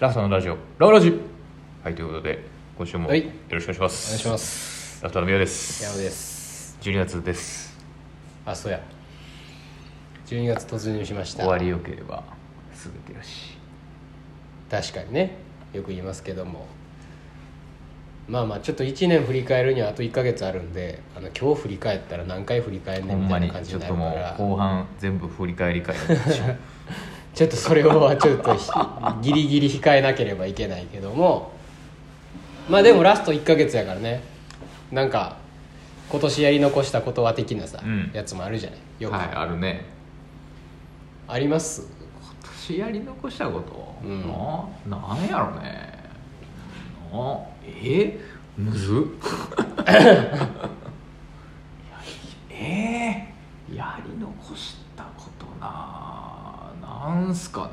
ラストのラジオラオラジはいということで今週もはいよろしくお願いします、お願いしますラストのみよです山です12月ですあそうや12月突入しました終わりよければ全てよし確かにねよく言いますけどもまあまあちょっと1年振り返るにはあと1か月あるんであの今日振り返ったら何回振り返んほねんんみたまいにな感じちょにっなとるかもらう後半全部振り返り会になってし まうちょっとそれはちょっと ひギリギリ控えなければいけないけどもまあでもラスト1か月やからねなんか今年やり残したことは的なさ、うんやつもあるじゃないよく、はいあるねあります今年やり残したこと、うんななんやろねなえむずっ えー、やり残したことななんすかね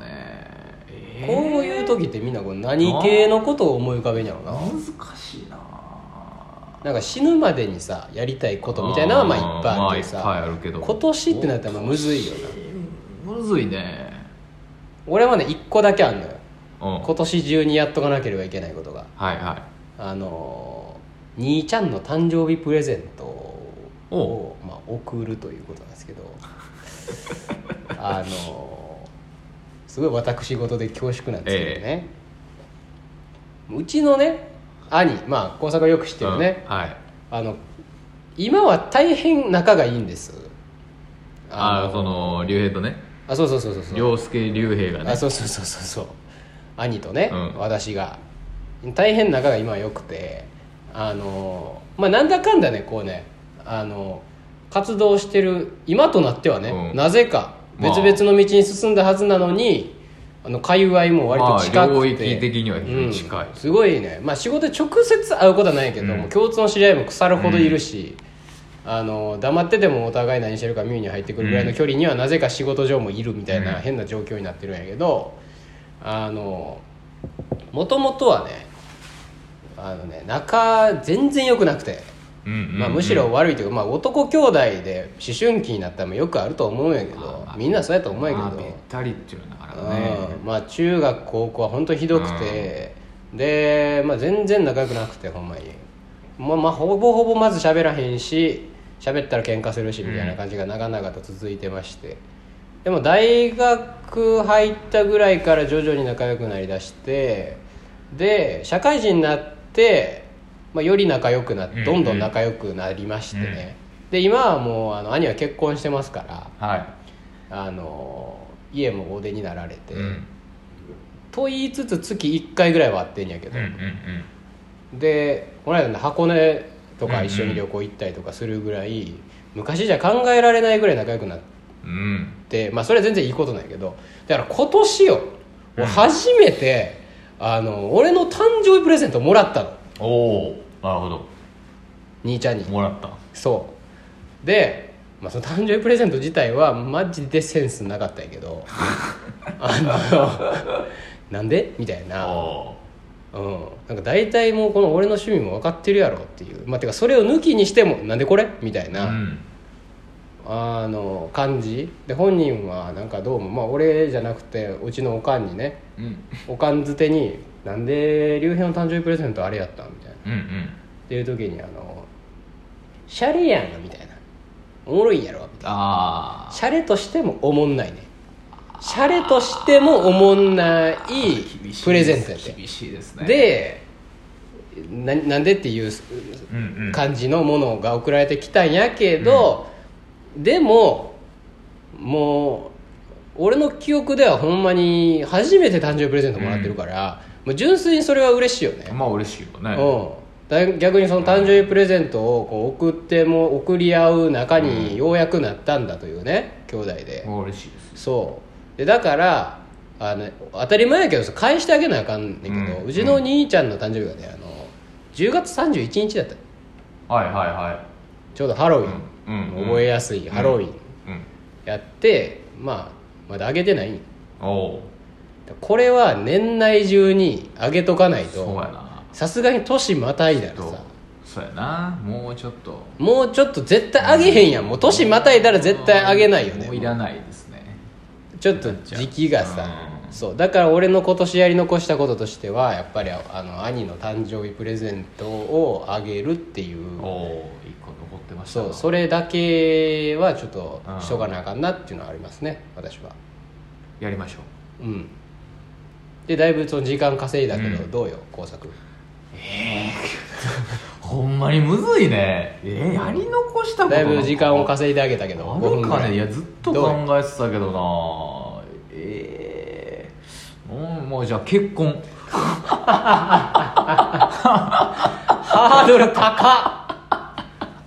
えーこういう時ってみんなこう何系のことを思い浮かべんやろうな難しいななんか死ぬまでにさやりたいことみたいなのはまあいっぱいあるけどさ、まあいっぱいあるけど今年ってなったらむずいよなむずいね俺はね1個だけあんのようん今年中にやっとかなければいけないことがはいはいあのー兄ちゃんの誕生日プレゼントをお、まあ、送るということなんですけどあのーすごい私事で恐縮なんですけどね、うちのね兄まあ工作よく知ってるね、うんはいあの今は大変仲がいいんですああのその竜兵とねあそうそうそうそうそう凌介竜兵がねあそうそうそうそうそう兄とね、うん私が大変仲が今良くてあのまあなんだかんだねこうねあの活動してる今となってはね、うんなぜかまあ別々の道に進んだはずなのに、あの界隈も割と近くて、まあ領域的には非常に近いうんすごいね、まあ、仕事で直接会うことはないけど、うんもう共通の知り合いも腐るほどいるし、あの黙っててもお互い何してるか耳に入ってくるぐらいの距離にはなぜか仕事上もいるみたいなうん変な状況になってるんやけどあのもともとはねあのね仲全然良くなくて。うんうんうんまあ、むしろ悪いというか、まあ、男兄弟で思春期になったらもよくあると思うんやけどあーみんなそうやと思うんやまあけべっどたりっていうのだからねうんまあ中学高校は本当にひどくて、で、まあ、全然仲良くなくてほんまに、まあ、まあほぼほぼまず喋らへんし喋ったら喧嘩するしみたいな感じが長々と続いてまして、でも大学入ったぐらいから徐々に仲良くなりだしてで社会人になって、まあ、より仲良くなっうんどんどん仲良くなりましてね、で今はもうあの兄は結婚してますからはあの家もお出になられて、いうんと言いつつ月1回ぐらいは会ってんやけうんうど、んうんでこの間ね箱根とか一緒に旅行行ったりとかするぐらい、昔じゃ考えられないぐらい仲良くなっうんてまあそれは全然いいことなんやけどだから今年よ俺初めて、あの俺の誕生日プレゼントもらったのおおなるほど兄ちゃんにもらったそうで、まあ、その誕生日プレゼント自体はマジでセンスなかったんやけ どあのなんでみたいなおうん、なんか大体もうこの俺の趣味も分かってるやろっていうまあてかそれを抜きにしてもなんでこれみたいーな、うんあの感じで本人はなんかどうもまあ俺じゃなくてうちのおかんにねうんおかんづてに「なんで竜兵の誕生日プレゼントあれやったん?」みたいなっうんうんていう時に「あのシャレやん」みたいな「おもろいんやろ」みたいあな「あシャレとしてもおもんないね」「シャレとしてもおもんないプレゼントやって」厳しいですねでななんでっていううんうん感じのものが送られてきたんやけど、でももう俺の記憶ではほんまに初めて誕生日プレゼントもらってるから、もう純粋にそれは嬉しいよね、まあ嬉しいよねうんだ逆にその誕生日プレゼントをこう送っても送り合う中にようやくなったんだというね兄弟で、まあ嬉しいですそうでだからあの当たり前やけどさ返してあげなあかんねんけど、ううんちの兄ちゃんの誕生日がねあの10月31日だったはいはいはちょうどハロウィうン、んうんうん覚えやすいハロウィンいうんやって、まあまだあげてないおおこれは年内中にあげとかないそうやとなさすがに年またいだらそうさそうやなもうちょっともうちょっと絶対あげへんやんもう年またいだら絶対あげないよねもういらないですねちょっと時期がさうんそうだから俺の今年やり残したこととしてはやっぱりあの兄の誕生日プレゼントをあげるっていうおお一個残ってましたそわうそれだけはちょっとうんしとかなあかんなっていうのはありますね私はやりましょううんでだいぶその時間稼いだけど、うんどうよ工作ええほんまにむずいねえーやり残したことだないんかぶ時間を稼いであげたけどあ5分るぐからねいいやずっと考えてたけどなええうんもうじゃあ結婚ハードル高っ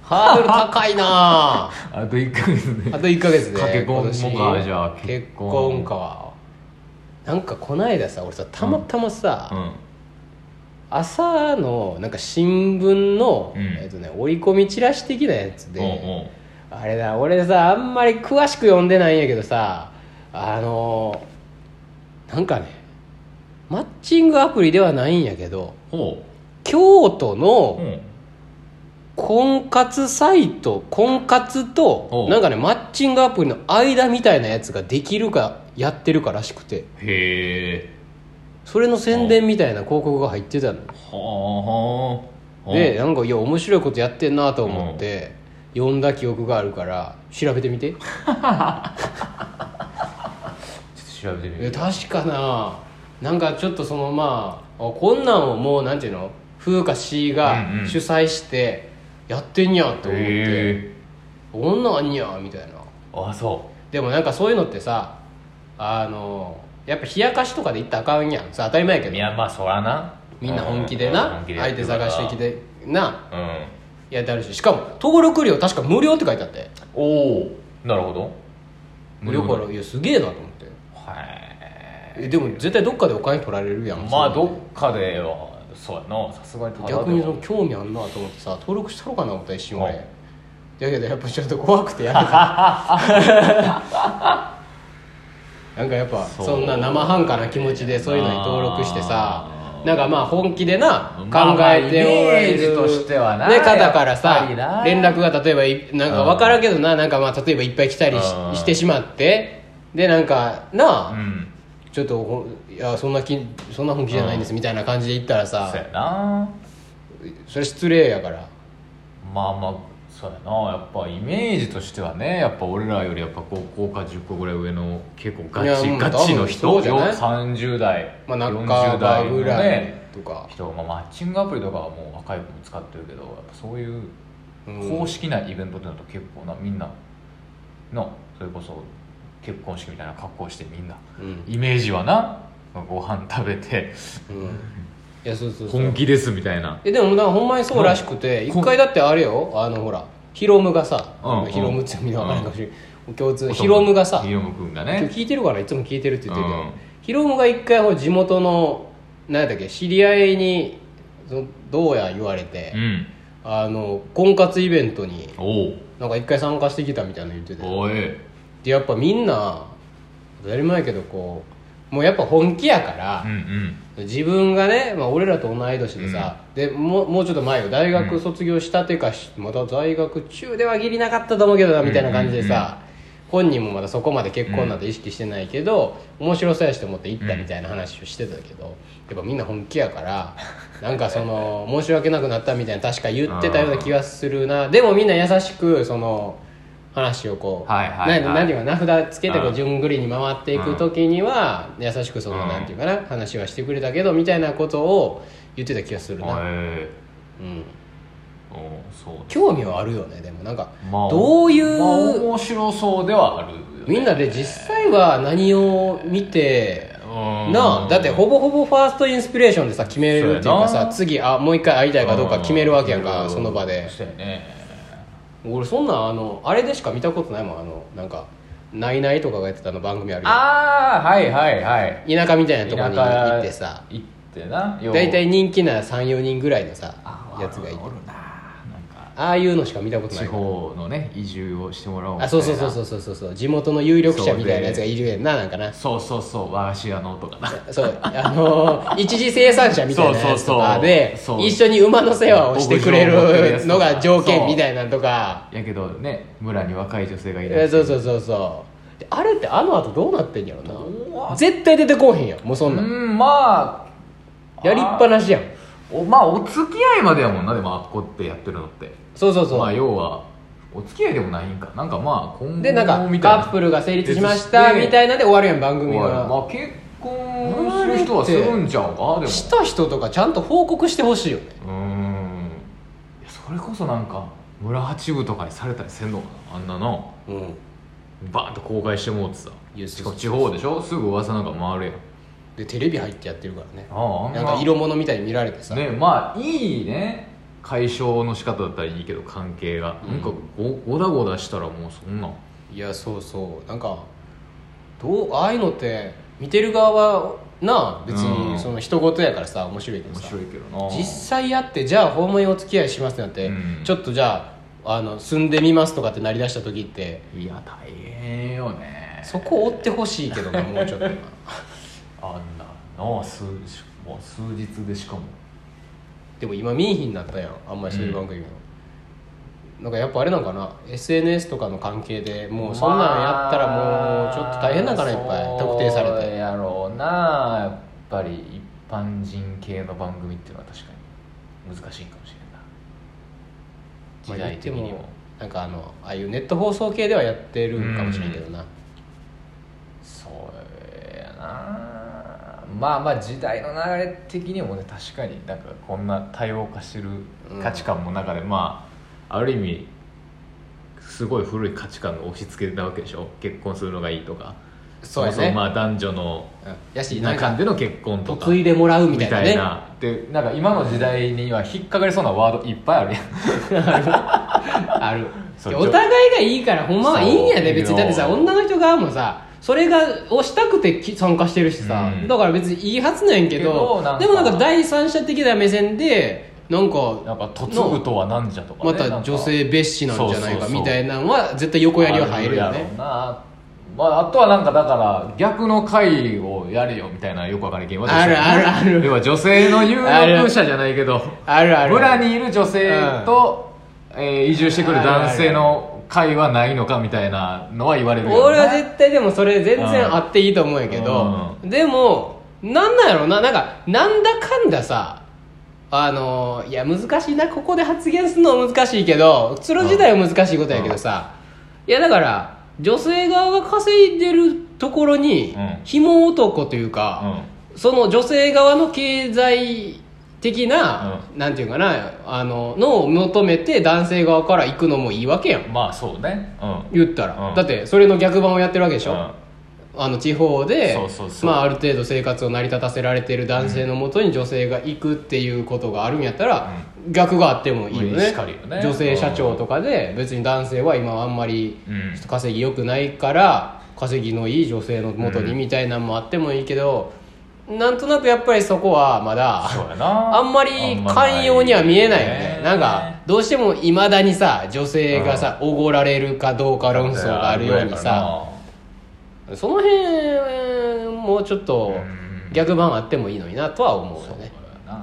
ハードル高いなああと1ヶ月であと1か月で駆け込む今年かじゃあ結結婚婚かなんかこないださ俺さたまたまさ、うん朝のなんか新聞の、うんえっとね、追い込みチラシ的なやつで、おうおうあれだ俺さあんまり詳しく読んでないんやけどさあのなんかねマッチングアプリではないんやけどほ京都ううのん婚活サイト婚活とおなんかねマッチングアプリの間みたいなやつができるかやってるからしくてへえそれの宣伝みたいな広告が入ってたのはあはあでなんかいや面白いことやってんなと思って読んだ記憶があるから調べてみてちょっと調べてみえる確かななんかちょっとそのまああこんなんをもうなんていうの風花氏がうんうん主催してやってんにゃと思って、へこんなんあんにゃみたいなーあそでもなんかそういうのってさあのやっぱ冷やかしとかで行ったらあかんやんさ当たり前やけうどいやまあそらなみんな本気でなうん本気でやっ相てる手から探してきてなうんやってあるししかも登録料確か無料って書いてあっておおなるほど無料からいやすげえなと思ってはいえでも絶対どっかでお金取られるやんまあそういどうのっかではそうやなさすがにただでは逆にその興味あんなと思ってさ登録したろうかな思った一瞬俺はいだけどやっぱちょっと怖くて やめたなんかやっぱそうそんな生半可な気持ちでそういうのに登録してさあーなんかまあ本気でな考まあまあえておられるイメージとしてはなね方からやっさぱりな連絡が例えばいなんか分からんけどななんかまあ例えばいっぱい来たりしうんしてしまってでなんかなあうんちょっとほんいやそんなきそんな本気じゃないんですみたいな感じで言ったらさそうやなそれ失礼やからまあまあそうやなやっぱイメージとしてはねやっぱ俺らよりやっぱ高校か10個ぐらい上の結構ガいやチもうガチの人多分そうじゃないよ30代、まあ、 40半ば代のぐらいねとか、人まあ、マッチングアプリとかはもう若い子も使ってるけどやっぱそういううん公式なイベントってなると結構なみんなのそれこそ結婚式みたいな格好してみんなうんイメージはなご飯食べてうん、いやそうそうそう本気ですみたいなえでもなんかほんまにそうらしくてうん一回だってあれよあのほらヒロムがさ、うんヒロムってみんな分かるかもしれない、共通お友達ヒロムがさヒロム君が今ね日聞いてるからいつも聞いてるって言ってるけど、うんヒロムが一回ほら地元の何だっけ知り合いにそのどうや言われて、うんあの婚活イベントにおうなんか一回参加してきたみたいなの言ってておいでやっぱみんな当たり前やけどこうもうやっぱ本気やからうんう、ん自分がね、まあ、俺らと同い年でさ、でもうもうちょっと前よ大学卒業したてかし、また在学中ではギリなかったと思うけどなみたいな感じでさ、本人もまだそこまで結婚なんて意識してないけど、面白そうやしと思って行ったみたいな話をしてたけど、やっぱみんな本気やからなんかその 申し訳なくなったみたいな確か言ってたような気がするなでもみんな優しくその話をこう、はいはいはいな何を名札つけてこううん順繰りに回っていく時には優しくそのうんなんていうかな話はしてくれたけどみたいなことを言ってた気がするおいな、うん、おうそう興味はあるよねでもなんかまあどういうまあ面白そうではあるよねみんなで実際は何を見てうんなあだってほぼほぼファーストインスピレーションでさ決めるっていうかそうやさな次あもう一回会いたいかどうか決めるわけやんうかその場でそうやね俺そんなんあのあれでしか見たことないもんあのなんか「ないない」とかがやってたあの番組あるよああはいはいはい田舎みたいなところに田舎行ってさ行ってなよう大体人気な34人ぐらいのさあやつがいておるななんかああいうのしか見たことな地い方のね移住をしてもらおうみたいなあそうそうそうそうそうそうそう地元の有力者みたいなやつがいるやんななんかなそうそうそう和菓子屋のとかなそうあの ー一次生産者みたいなやつとかでそうそうそうそう一緒に馬の世話をしてくれ牧場を持ってるやつるとのかが条件みたいなのとかやけどね村に若い女性がいなえいそうそうそうそうであれってあの後どうなってんやろなどうは絶対出てこうへんやんもうそうんなんんまあやりっぱなしやんおまあお付き合いまでやもんなでもあっこってやってるのってそうそうそう、まあ要はお付き合いでもないんかなんかまあ今後でなんかみカたいなップルが成立しましたみたいいなんで終わるやん番な組まはあ結婚する人はするんちゃうかでもうした人とかちゃんと報告してほしいよねーんいやそれこそなんか村八部とかにされたりせんのかなあんなのうんバーンと公開してもうってさいやしかも地方でしょすぐ噂なんか回るやんでテレビ入ってやってるからねあああんなんか色物みたいに見られてさ、ねまあいいね解消の仕方だったらいいけど関係が、うんなんかごごだごだしたらもうそんないやそうそうなんかどうああいうのって見てる側はなあう別にんその人事やからさ面白いけど面さ白いけどな実際やってじゃあ訪問にお付き合いしますってなって、うんちょっとじゃああの住んでみますとかってなりだした時っていや大変よねそこ追ってほしいけど なもうちょっとなあんなの数もう数日でしかもでも今見えひんなったやんあんまりそういう番組も、なんかやっぱあれなんかな SNS とかの関係でもうそんなんやったらもうちょっと大変なんかな、いっぱい特定されそうてやろうなやっぱり一般人系の番組っていうのは確かに難しいかもしまれあんな時代的に言ってもなんかあのああいうネット放送系ではやってるんかもしれんけどな、そうやなまあまあ時代の流れ的にもね確かになんかこんな多様化してる価値観の中で、まあある意味すごい古い価値観が押し付けたわけでしょ結婚するのがいいとかそうやねももまあ男女のうんやしなん中かでの結婚とか嫁いでもらうみたいなねでなんか今の時代には引っかかりそうなワードいっぱいあ るやんあるそういやお互いがいいからほんまはいいんやそでう別にだってさいいよ女の人側もさそれがをしたくてき参加してるしさ、うんだから別にいいはずなんやけどけどなんかでもなんか第三者的な目線でなんなかんか嫁ぐとはなんじゃとか、ね、また女性蔑視なんじゃないそうそうかそうみたいなのは絶対横やりは入るよあやろねうなまあ、あとはなんかだから逆の会をやれよみたいなよくわからんけどあるあるある要は女性の有力者じゃないけどあるある村にいる女性と、えー移住してくる男性の会はないのかみたいなのは言われるよ俺はね絶対でもそれ全然あっていいと思うんやけど、でもなんなんやろうななんかなんだかんださあのーいや難しいなここで発言するのは難しいけどつる自体は難しいことやけどさ、いやだから女性側が稼いでるところに、うん紐男というか、その女性側の経済的な、なんていうかなあののを求めて男性側から行くのもいいわけやんうん、まあそうねうん言ったら、うんだってそれの逆版をやってるわけでしょ、うんあの地方でそうそうそうまあ、ある程度生活を成り立たせられてる男性のもとに女性が行くっていうことがあるんやったら、逆があってもいいよまあねしかりよね女性社長とかで別に男性は今はあんまりうんちょっと稼ぎ良くないから稼ぎのいい女性のもとにみたいなのもあってもいいけど、なんとなくやっぱりそこはまだそうやなあんまり寛容には見えないよねなんかどうしてもいまだにさ女性がさおごられるかどうか論争があるようにさその辺もうちょっとうん逆版あってもいいのになとは思うよそうやねな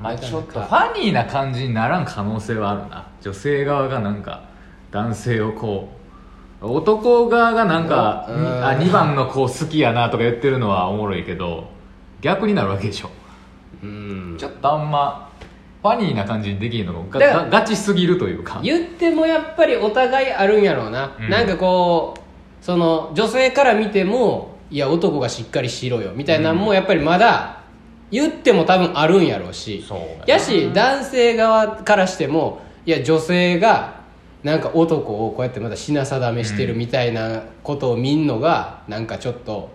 まあちょっとファニーな感じにならん可能性はあるな女性側がなんか男性をこう男側がなんかうんうんあ2番の子好きやなとか言ってるのはおもろいけど逆になるわけでしょうんちょっとあんまファニーな感じにできるのがだからがガチすぎるというか言ってもやっぱりお互いあるんやろうな、うんなんかこうその女性から見てもいや男がしっかりしろよみたいなのもやっぱりまだ言っても多分あるんやろうしそうやし男性側からしてもいや女性がなんか男をこうやってまだ品定めしてるみたいなことを見んのがなんかちょっと。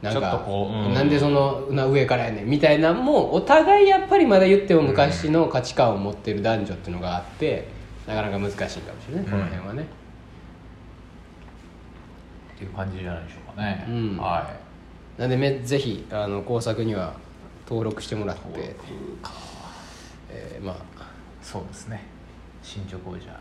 なんちょっとかこううんなんでそのな上からやねんみたいなんもお互いやっぱりまだ言っても昔の価値観を持ってる男女っていうのがあってなかなか難しいかもしれないねうんこの辺はね、っていう感じじゃないでしょうかね、うんはいなんでめぜひあの工作には登録してもらって、えーまあそうですね進捗をじゃ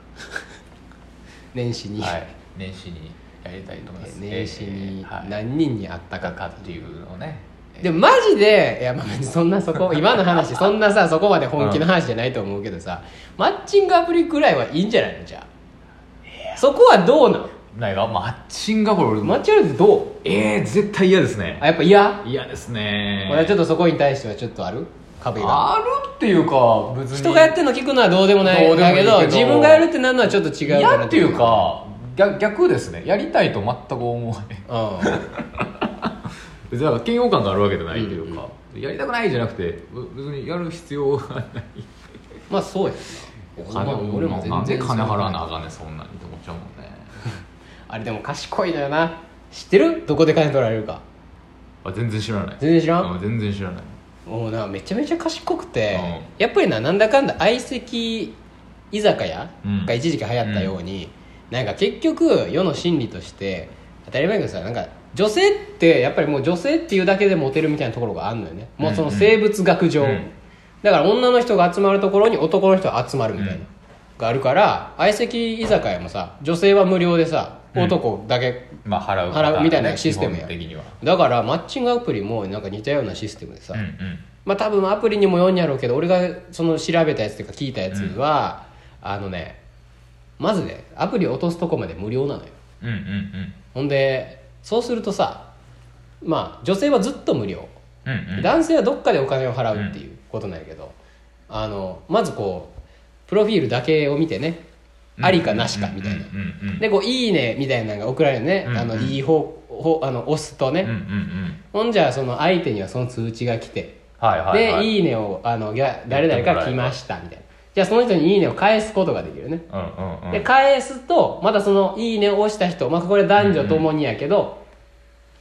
年始に、あ、はい、年始にやりたいと思います年始にえーはい何人に会った高かかっていうのをねでもマジでいやまあ別にそんな そこ今の話そんなさそこまで本気の話じゃないと思うけどさ、マッチングアプリくらいはいいんじゃないのじゃあそこはどうなのないが、まあ、シンガポール、マッチョルってどうええー、絶対嫌ですねあやっぱ嫌嫌ですね俺はちょっとそこに対してはちょっとある壁があるっていうか別に人がやってるの聞くのはどうでもないどんうでもだいいけけどど自分がやるってなるのはちょっと違うかな嫌っていうか逆逆ですねやりたいと全く思わないう別になんか嫌悪感があるわけじゃないといううんか、やりたくないじゃなくてぶ別にやる必要がないんまあそうやなまあ俺も全然なんで金払わなそうあかんねんそんなにって思っちゃうもんねあれでも賢いのよな知ってるどこで金取られるかあ全然知らない全然知らんうん全然知らないもうなめちゃめちゃ賢くて、やっぱりななんだかんだ相席居酒屋うんが一時期流行ったように、なんか結局世の真理として当たり前やけどさなんか女性ってやっぱりもう女性っていうだけでモテるみたいなところがあるのよねもうその生物学上、うんうんだから女の人が集まるところに男の人が集まるみたいな、うんがあるから相席居酒屋もさ女性は無料でさうん男だけ、まあ払う払うパターンねみたいなシステムや基本的にはだからマッチングアプリもなんか似たようなシステムでさ、うんうんまあ多分アプリにもよるんやろうけど俺がその調べたやつというか聞いたやつは、あのねまずねアプリ落とすとこまで無料なのようんうんほんでそうするとさまあ女性はずっと無料、うんうんうん男性はどっかでお金を払うっていうことなんやけど、あのまずこうプロフィールだけを見てね、ありかなしかみたいな、うんうんうんでこう「いいね」みたいなのが送られるね、うんあのいい方ほあの押すとね、うんうんうんほんじゃその相手にはその通知が来てはいはいで、はいいい、ねをあのぎゃ誰々から来ましたみたいなじゃあその人に「いいね」を返すことができるね、うんうんうんで返すとまたその「いいね」を押した人、まあ、これ男女ともにやけど、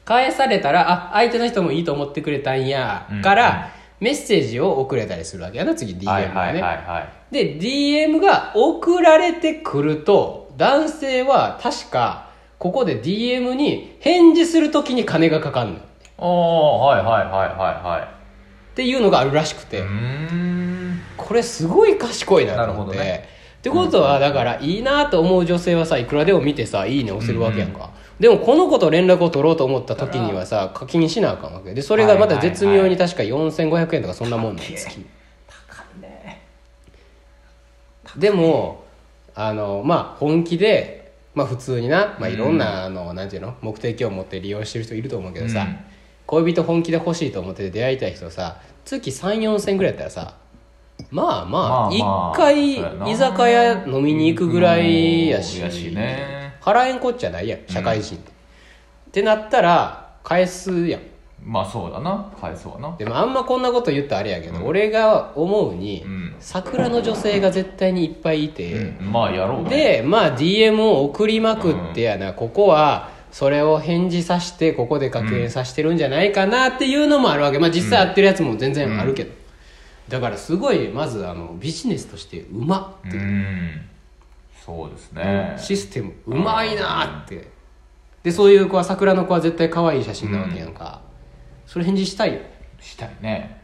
返されたらあ相手の人もいいと思ってくれたんやうんから、メッセージを送れたりするわけやな次 DM がはね、いはいはいはいで DM が送られてくると男性は確かここで DM に返事するときに金がかかるのっおーはいはいはいはいはいていうのがあるらしくて、うーんこれすごい賢いなとなる思っほて、どねってことはだからいいなと思う女性はさいくらでも見てさ「いいね」押せるわけやんか、でもこの子と連絡を取ろうと思った時にはさ課金しなあかんわけでそれがまた絶妙に確か4500円とかそんなもんなんです高いねでもあのまあ本気で、まあ、普通にな、まあ、いろんな,、あのなんていうの目的を持って利用してる人いると思うけどさ、うん恋人本気で欲しいと思って出会いたい人さ月34,000ぐらいやったらさまあまあ一、まあまあそうやな回居酒屋飲みに行くぐらいやしうんやしね払えんこっちゃないやん社会人って、ってなったら返すやんまあそうだな返そうだなでもあんまこんなこと言ったらあれやけど、うん俺が思うに、うん桜の女性が絶対にいっぱいいて、うんまあやろうねでまあ DM を送りまくってやな、ここはそれを返事させてここで確認させてるんじゃないかなっていうのもあるわけまあ実際会ってるやつも全然あるけど、だからすごいまずあのビジネスとしてうまっうていう、んそうですねシステムうまいなって、でそういう子は桜の子は絶対可愛い写真なわけやんか、それ返事したいよ、したいね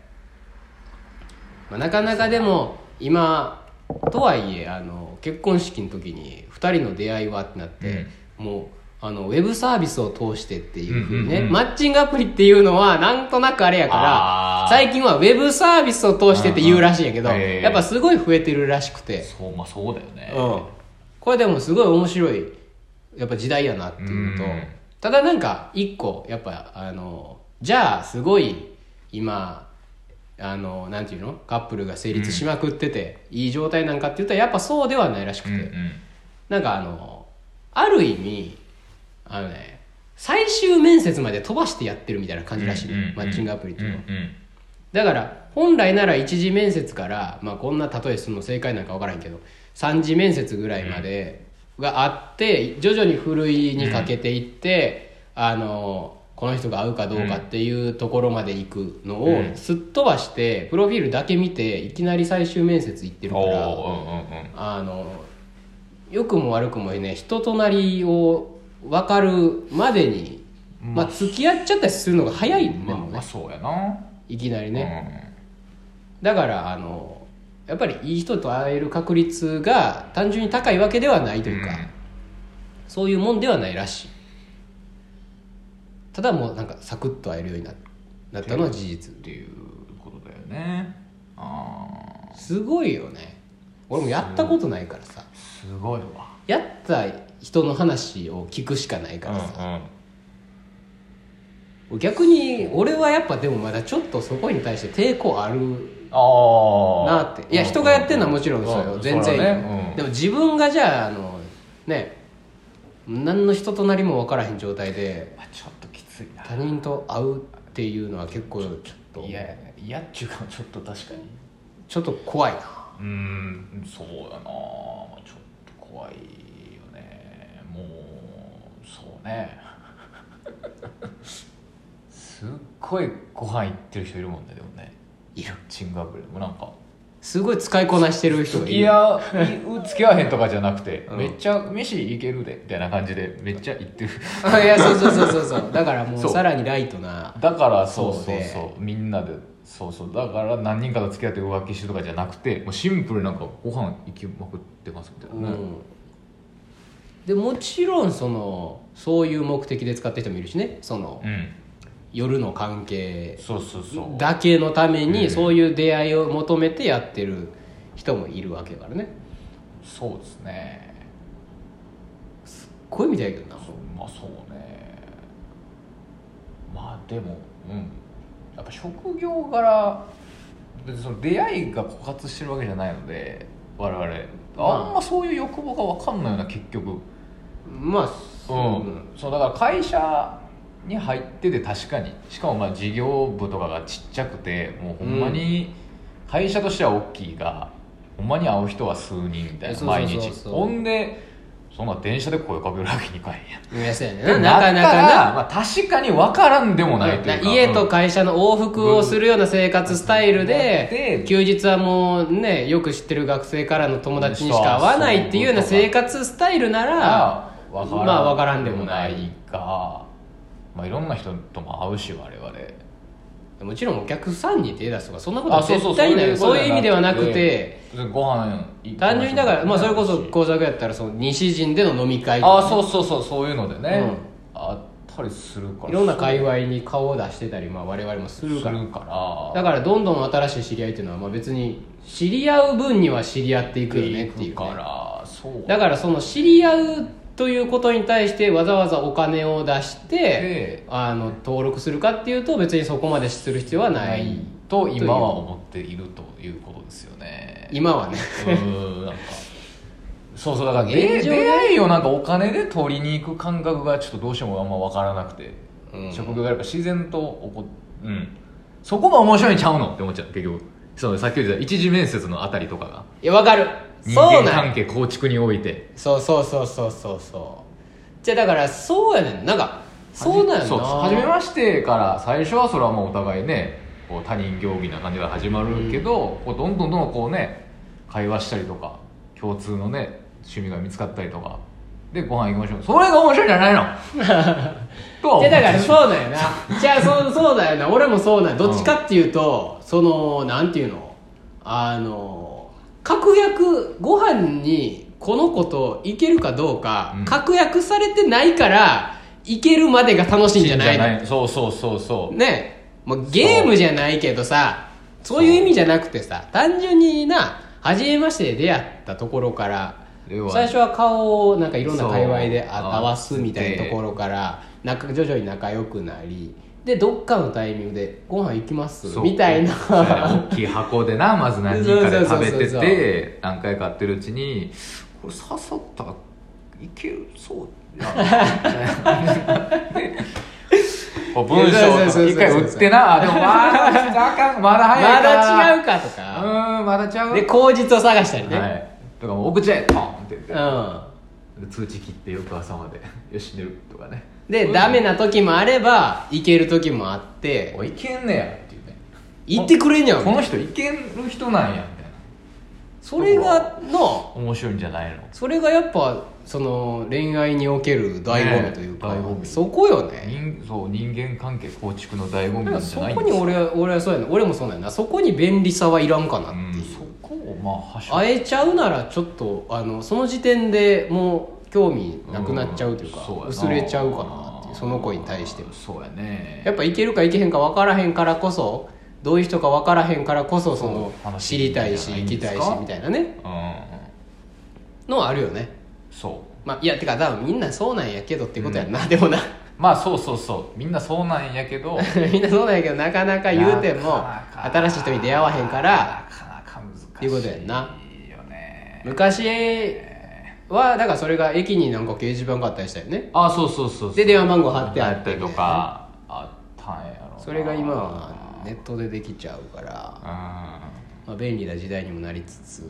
まあ、なかなかでも今とはいえあの結婚式の時に2人の出会いはってなって、もうあのウェブサービスを通してっていうふうにね、うんうんうんマッチングアプリっていうのはなんとなくあれやからあー最近はウェブサービスを通してって言うらしいんやけど、うんうんへーやっぱすごい増えてるらしくて、そうまあそうだよねうん、これでもすごい面白いやっぱ時代やなっていうのと、うんただなんか一個やっぱあのじゃあすごい今あのなんていうのカップルが成立しまくってて、いい状態なんかって言ったらやっぱそうではないらしくうて、んうんなんかあのある意味あのね最終面接まで飛ばしてやってるみたいな感じらしい、ねうんうんうんマッチングアプリっていうのは、うんうんだから本来なら一次面接から、まあ、こんな例えするの正解なんか分からんけど三次面接ぐらいまでがあって徐々にふるいにかけていって、あのこの人が合うかどうかっていうところまで行くのうをんすっ飛ばしてプロフィールだけ見ていきなり最終面接行ってるかおらーうんうんうんあの良くも悪くもね人となりを分かるまでに、まあ、付き合っちゃったりするのが早いんでまあもまねあそうやないきなりね。ねだからあのやっぱりいい人と会える確率が単純に高いわけではないというか、うんそういうもんではないらしいただもうなんかサクッと会えるようにななったのは事実っていうことだよねあすごいよね俺もやったことないからさーすごいわやった人の話を聞くしかないからさ、うん逆に俺はやっぱでもまだちょっとそこに対して抵抗あるああなっていや人がやってるのはもちろんそうよ、全然いいよ、でも自分がじゃああのね何の人となりも分からへん状態でちょっときついな他人と会うっていうのは結構ちょっといやいやっちゅうかちょっと確かにちょっと怖いなうーんそうだなまあちょっと怖いよねもうそうねすっごいご飯行ってる人いるもんねでもねいるチングアプリでもなんかすごい使いこなしてる人が付いきる合う付き合わへんとかじゃなくて、うんめっちゃ飯行けるでみたいな感じでめっちゃ行ってるあ いやそうそうそうそうそうだからもうそうさらにライトなだからそうそうそうそうねみんなでそうそうだから何人かと付き合って浮気してとかじゃなくてもうシンプルになんかご飯行きまくってますみたういな、ねんでもちろんそのそういう目的で使ってる人もいるしねその、うん、夜の関係そうそうそうだけのためうんにそういう出会いを求めてやってる人もいるわけだからねそうですねこういうみたいだけどなそうまあそうねまあでもうんやっぱ職業柄別にその出会いが枯渇してるわけじゃないので我々あんまそういう欲望が分かんないよな結局まあうん、そうだから会社に入ってて確かにしかもまあ事業部とかがちっちゃくてもうほんまに会社としては大きいが、ほんまに会う人は数人みたいなそうそうそう毎日そうほんでそんな電車で声かけるわけにいかへんやんうんいやそうやねんってななかったならかまあ、確かに分からんでもないといなうか家と会社の往復をするような生活スタイルうでん休日はもうねよく知ってる学生からの友達にしか会わないっていうような生活スタイルならがまあ分からん,、分からんでもないが、まあ、いろんな人とも会うし我々もちろんお客さんに手出すとかそんなことあは絶対ないそういう意味ではなくてご飯行く単純にだから、まあ、それこそ工作やったらその西陣での飲み会とかあそうそうそうそういうのでね、うんあったりするからいろんな界隈に顔を出してたり、まあ、我々もすするるかかららだからどんどん新しい知り合いっていうのはまあ別に知り合う分には知り合っていくよねっていうかね、らそうだからその知り合うということに対してわざわざお金を出してええあの登録するかっていうと別にそこまでする必要はなないいと今は思っているということですよね今はねうー んなんかそうそうだからで現状出ね会いをなんかお金で取りに行く感覚がちょっとどうしてもあんま分からなくて、うん職業がやっぱ自然と起こうんそこが面白いんちゃうのって思っちゃう結局そのさっき言ってた一次面接のあたりとかがいやわかる人そ間うなん関係構築においてそうそうそうそうそうそうじゃあだからそうやねんなんかそうなんやなそう初めましてから最初はそれはもうお互いねこう他人行儀な感じが始まるけど、こうどんどんどんどんこうね会話したりとか共通のね趣味が見つかったりとかでご飯行きましょうそれが面白いんじゃ ないのとは思じうゃあだからそうだよ なじゃあそうそうだよな俺もそうなんどっちかっていうと、そのなんていうのあの確約ご飯にこの子と行けるかどうか、うん確約されてないから行けるまでが楽しいんじゃないそうそうそうそうねもうゲームじゃないけどさそういう意味じゃなくてさ単純にな初めましてで出会ったところから要は最初は顔をなんかいろんな界隈でそう合わすみたいなところから仲徐々に仲良くなりでどっかのタイミングでご飯行きますそう みたいなそうやね大きい箱でなまず何人かで食べてそうそうそうそて何回かやってるうちにこれ刺さったらいけるそうや なでこう文章とか一回売ってなあでもまだあかんまだま早いかだ違ううかとうかーんまだちゃうで口実を探したりね、はいとかもう送っちゃえポンって言ってうんで通知切って翌朝までよし寝るとかねでダメな時もあれば行ける時もあっておいけんねやっていうね行ってくれんやこんの人いける人なんやみたいなそれがの面白いんじゃないのそれがやっぱその恋愛における醍醐味というか、ねえ醍醐味そこよね人そう人間関係構築の醍醐味だかならんじそゃないこに俺は俺はそうやな俺もそうなんやなそこに便利さはいらんかなっうてんいう、そこをまあはしょ会えちゃうならちょっとあのその時点でもう興味なくなっちゃうというんか、そうやな薄れちゃうかなっていうその子に対してもそうやねやっぱいけるかいけへんか分からへんからこそどういう人か分からへんからこそそのそう知りたいし話聞行いてきみたたいいんですしかみたいなねうんのはあるよねそうまあいやてか多分みんなそうなんやけどってことやんな、でもな まあそうそうそうみんなそうなんやけどみんなそうなんやけどなかなか言うてもなかなか新しい人に出会わへんからなかなか難しいっていうことやんないいよね昔はだからそれが駅になんか掲示板があったりしたよねあそうそうそうそうで電話番号貼ってああっったてりとかあったんやろなそれが今はネットでできちゃうから、うまあ、便利な時代にもなりつつ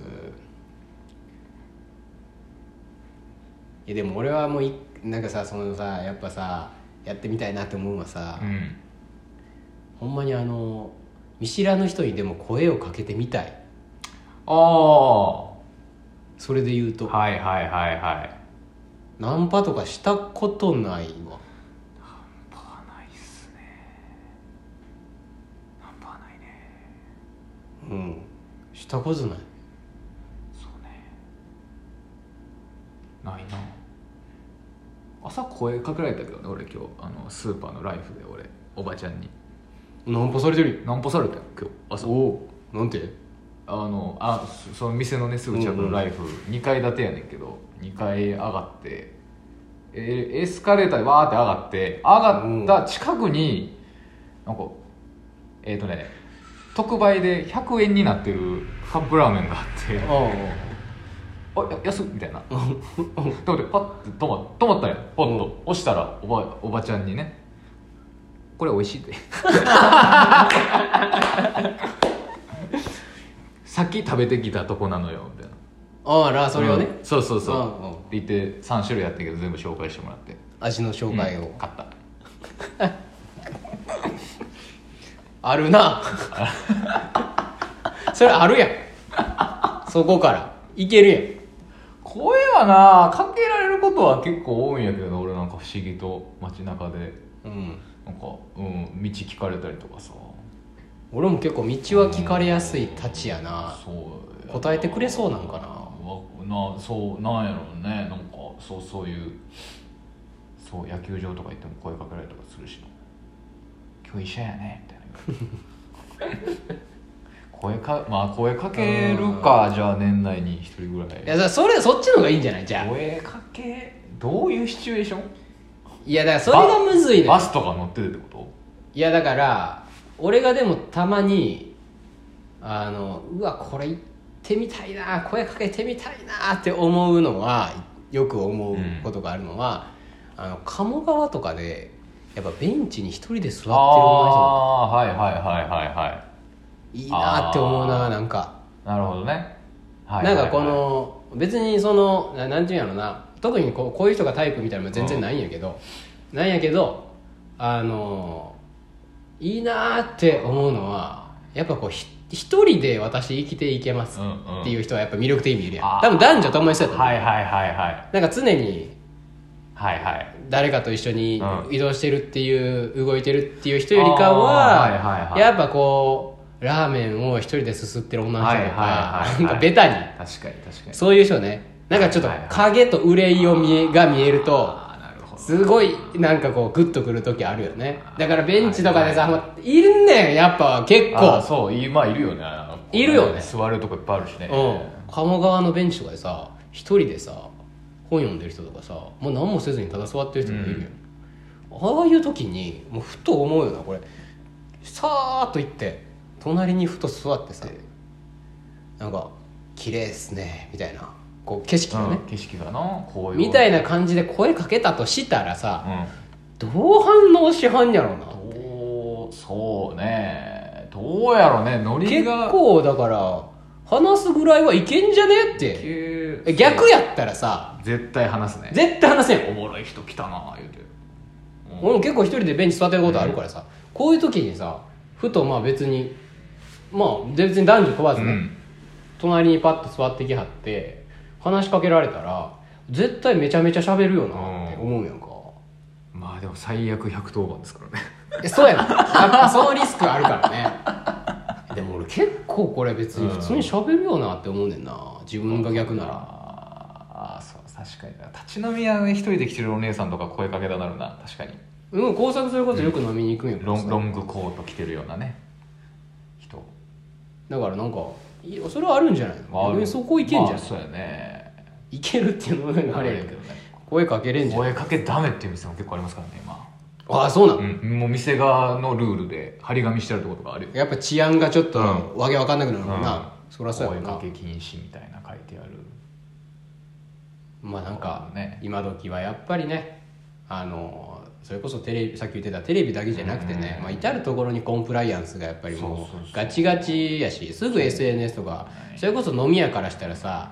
いやでも俺はもういなんかさそのさやっぱさやってみたいなって思うのはさ、んうんほんまにあの見知らぬ人にでも声をかけてみたいああはそれで言うと、いはいはいはいナンパとかしたことなナいわンパはないっすねナンパはないねうんしたことないそうねないな朝声かけられたけどね俺今日あのスーパーのライフで俺おばちゃんにナンパされてるナンパされたよ今日朝おおうなんてあのあそその店のねすぐ近くのライフ、2階建てやねんけど2階上がってえエスカレーターでわーって上がって上がった近くに、なんかえっ、とね特売で100円になってるカップラーメンがあってあ「ああや安っ」みたいなと思ってパッて止ま止まったんやポッと、うん押したらおばおばちゃんにね「これ美味しい」 ってさっき食べてきたとこなのよみたいなああらそれをね、うんそうそうそう、うんうんって言って3種類やったけど全部紹介してもらって味の紹介を、うん買った あるなそれあるやんそこからいける声はなかけられることは結構多いんやけどな俺なんか不思議と街中でやん、うん、なんか、うん、道聞かれたりとかさ俺も結構道は聞かれやすいたちやなそう答えてくれそうなんかなななそうなんやろうねなんかそうそういうそう野球場とか行っても声かけられたりとかするしな今日医者やねみたいな声かまあ声かけるかじゃあ年内に一人ぐらいいやそれそっちの方がいいんじゃないじゃあ声かけどういうシチュエーションいやだからそれがむずいねバスとか乗っててってこいやだから俺がでもたまにあのうわこれ行ってみたいな声かけてみたいなって思うのはよく思うことがあるのは、あの鴨川とかでやっぱベンチに一人で座ってとる女の人ああーはいはいはいはいいいなって思うななんか、はいなるほどね、はいなんかこはいはいの別にそのななんていうんやろな特にこうこういう人がタイプみたいなのも全然ないんやけど、なんやけどあのいいなって思うのはやっぱこうひ一人で私生きていけますうんうんっていう人はやっぱ魅力的にいるやん、あー多分男女ともにそうやと思う、はいはいはいはいなんか常にはいはい誰かと一緒にう移動してるっていう、動いてるっていう人よりかは,、あーはいはいはいやっぱこうラーメンを一人ですすってる女の人とか、はいはいはいはいなんかベタに確かに確かにそういう人ねなんかちょっとはいはいはい影と憂いを見えが見えるとあなるほすごいなんかこうグッとくる時あるよねだからベンチとかでさ、はいもういるねんやっぱ結あ構そういまあいるよねあのいるよね座るとこいっぱいあるしねうん鴨川のベンチとかでさ一人でさ本読んでる人とかさもう何もせずにただ座ってる人もいるよ、ああいう時にもうふと思うよなこれさーっと行って隣にふと座ってさなんか「綺麗っすね」みたいなこう景色がね、うん景色がなこういうみたいいな感じで声かけたとしたらさ、などう反応しはんやろうなうんどうそうねどうやろねノリ結が構だから話すぐらいはいけんじゃねって結え逆やったらさ絶対話すね絶対話せんよおもろい人来たな言うて俺も結構一人でベンチ座ってることあるからさ、こういう時にさふとまあ別にまあ別に男女問わずね、うん隣にパッと座ってきはって話しかけられたら絶対めちゃめちゃ喋るよなって思うやんか、まあでも最悪110番ですからねえそうやなやっぱそのリスクあるからねでも俺結構これ別に普通に喋るよなって思うねんな自分が逆ならああそう確かにな立ち飲み屋で一人で来てるお姉さんとか声かけたなるな確かにうん工作それこそよく飲みに行くんやからロンさロングコート着てるようなね人だからなんかいやそれはあるんじゃないのある逆にそこ行けんまじゃあんそうやねいけるっていうのがあれやけどね声かけれんじゃん声かけダメっていう店も結構ありますからね今、ああそうなの、うん、もう店側のルールで張り紙してあるところとかあるよやっぱ治安がちょっとうわけわかんなくなるもんな、うんそりゃそうや声ろかなけ禁止みたいな書いてあるまあなんかね今時はやっぱりねあのそれこそテレビさっき言ってたテレビだけじゃなくてね、まあ、至る所にコンプライアンスがやっぱりそもうそうそううガチガチやしすぐ SNS とかそれこそ飲み屋からしたらさ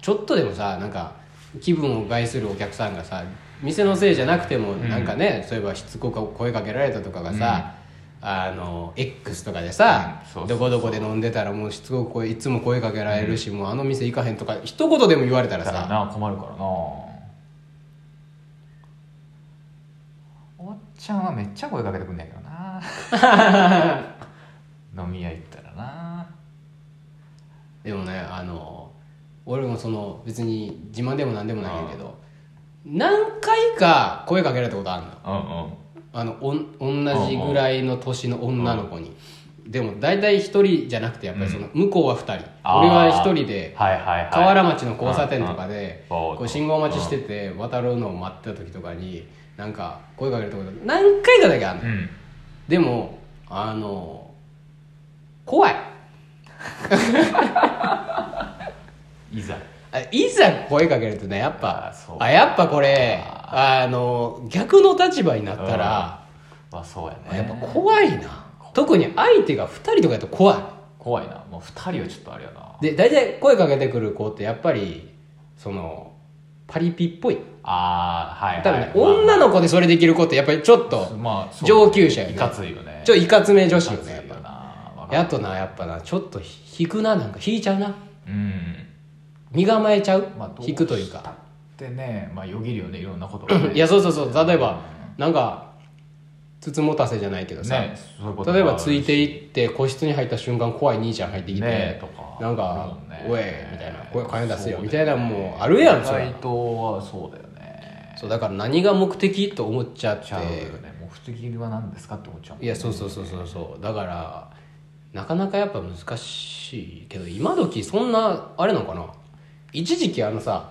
ちょっとでもさなんか気分を害するお客さんがさ店のせいじゃなくてもなんかね、そういえばしつこく声かけられたとかがさ、あの X とかでさ、うんそうそうそうどこどこで飲んでたらもうしつこく声いつも声かけられるし、もうあの店行かへんとか一言でも言われたらだかさらな困るからなおっちゃんはめっちゃ声かけてくんねんけどな 飲み屋行ったらなでもねあの俺もその別に自慢でも何でもないんやけど何回か声かけられたことあるのうんうんあのおん同じぐらいの年の女の子にでも大体一人じゃなくてやっぱりその向こうは二人、あー俺は一人ではいはいはい河原町の交差点とかでうんうんこう信号待ちしてて渡るのを待ってた時とかになんか声かけられたこと何回かだけあるのうんでもあの怖いいざあいざ声かけるとねやっあぱそうあやっぱこれあの逆の立場になったら、まあそうやねやっぱ怖いな特に相手が2人とかやと怖い怖いなもう2人はちょっとあれやなで大体声かけてくる子ってやっぱりそのパリピっぽいああはい、はい、多分ね、女のの子でそれできる子ってやっぱりちょっとまあそう上級者よねいかついよねちょっといいかつめ女子かよついねやよっぱなわかるやっとなやっぱなちょっと引くななんか引いちゃうなうん身構えちゃう、まあどう引くというかでねまあよぎるよねいろんなことがね いやそうそうそう例えばなんかつつもたせじゃないけどさ、ねそういうこと例えばついていって個室に入った瞬間怖い兄ちゃん入ってきて、ねとかなんかそうね「おい」みたいな「おい金出せよ」そうだよねみたいなもうあるやんそれ回答はそうだよねそうだから何が目的と思っちゃってちゃうよね目的は何ですかって思っちゃうもんいやそうそうそうそうそうだからなかなかやっぱ難しいけど今時そんなあれなのかな一時期あのさ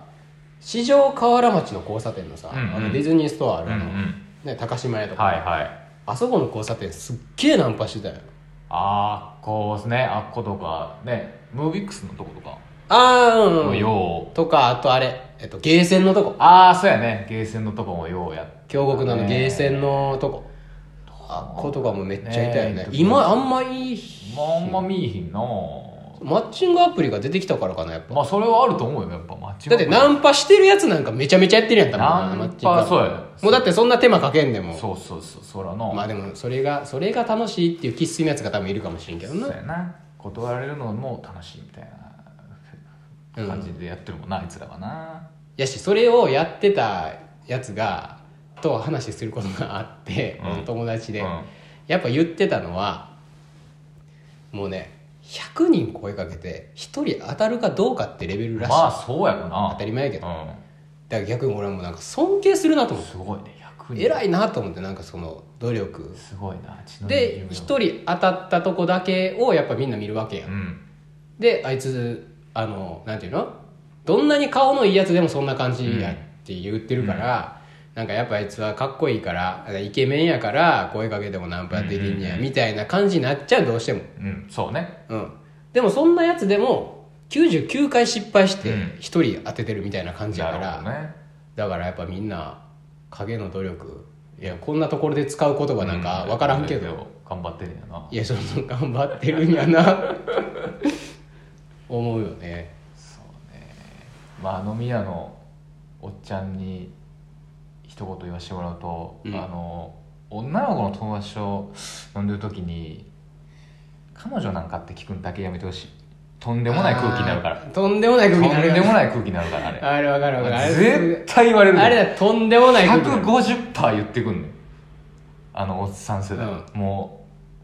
四条河原町の交差点のさ、うんうんあのディズニーストアあるあの、うんうんね、高島屋とか、はいはいあそこの交差点すっげえナンパしてたよあーこうですねあっことかねムービックスのとことかああうん、もう、うんようとかあとあれ、えっと、ゲーセンのとこああそうやねゲーセンのとこもようやって京極のあのねゲーセンのとこ、あっことかもめっちゃいたよねね今あんまいいまああんま見えひんなマッチングアプリが出てきたからかなやっぱまあそれはあると思うよやっぱマッチンだグってナンパしてるやつなんかめちゃめちゃやってるやん多分ナマッンチングアパプリそうやねもうだってそんな手間かけんでもそうそうそうそらのまあでもそれがそれが楽しいっていう生粋のやつが多分いるかもしれんけどそうなやな断られるのも楽しいみたいな感じでやってるもんな、あいつらはなやしそれをやってたやつがと話することがあって、うん友達で、うんやっぱ言ってたのはもうね100人声かけて1人当たるかどうかってレベルらしい、まあそうやろな当たり前やけどだかうら逆に俺はもうなんか尊敬するなと思ん、ってすごいね100人偉いなと思ってなんかその努力すごいな血のでに1じみの人当たったとこだけをやっぱみんな見るわけやんうんであいつあのなんていうのどんなに顔のいいやつでもそんな感じやって言ってるから、なんかやっぱあいつはかっこいいからイケメンやから声かけてもナンパできんねや、みたいな感じになっちゃうどうしてもうんそうねうんでもそんなやつでも99回失敗してうん1人当ててるみたいな感じやなかるら、ほどねだからやっぱみんな影の努力いやこんなところで使う言葉なんか分からんけど、頑張ってるんやないやその頑張ってるんやな 思うよねそうねまあ飲み屋のおっちゃんに一言言わせてもらうと、うんあの女の子の友達と飲んでる時に彼女なんかって聞くんだけやめてほしいとんでもない空気になるからあーとんでもないと空気になるんでもない空気になるからあれあれ分かる分かるあれ絶対言われるあれだとんでもない空気になる150%言ってくんねんあのおっさん世代、も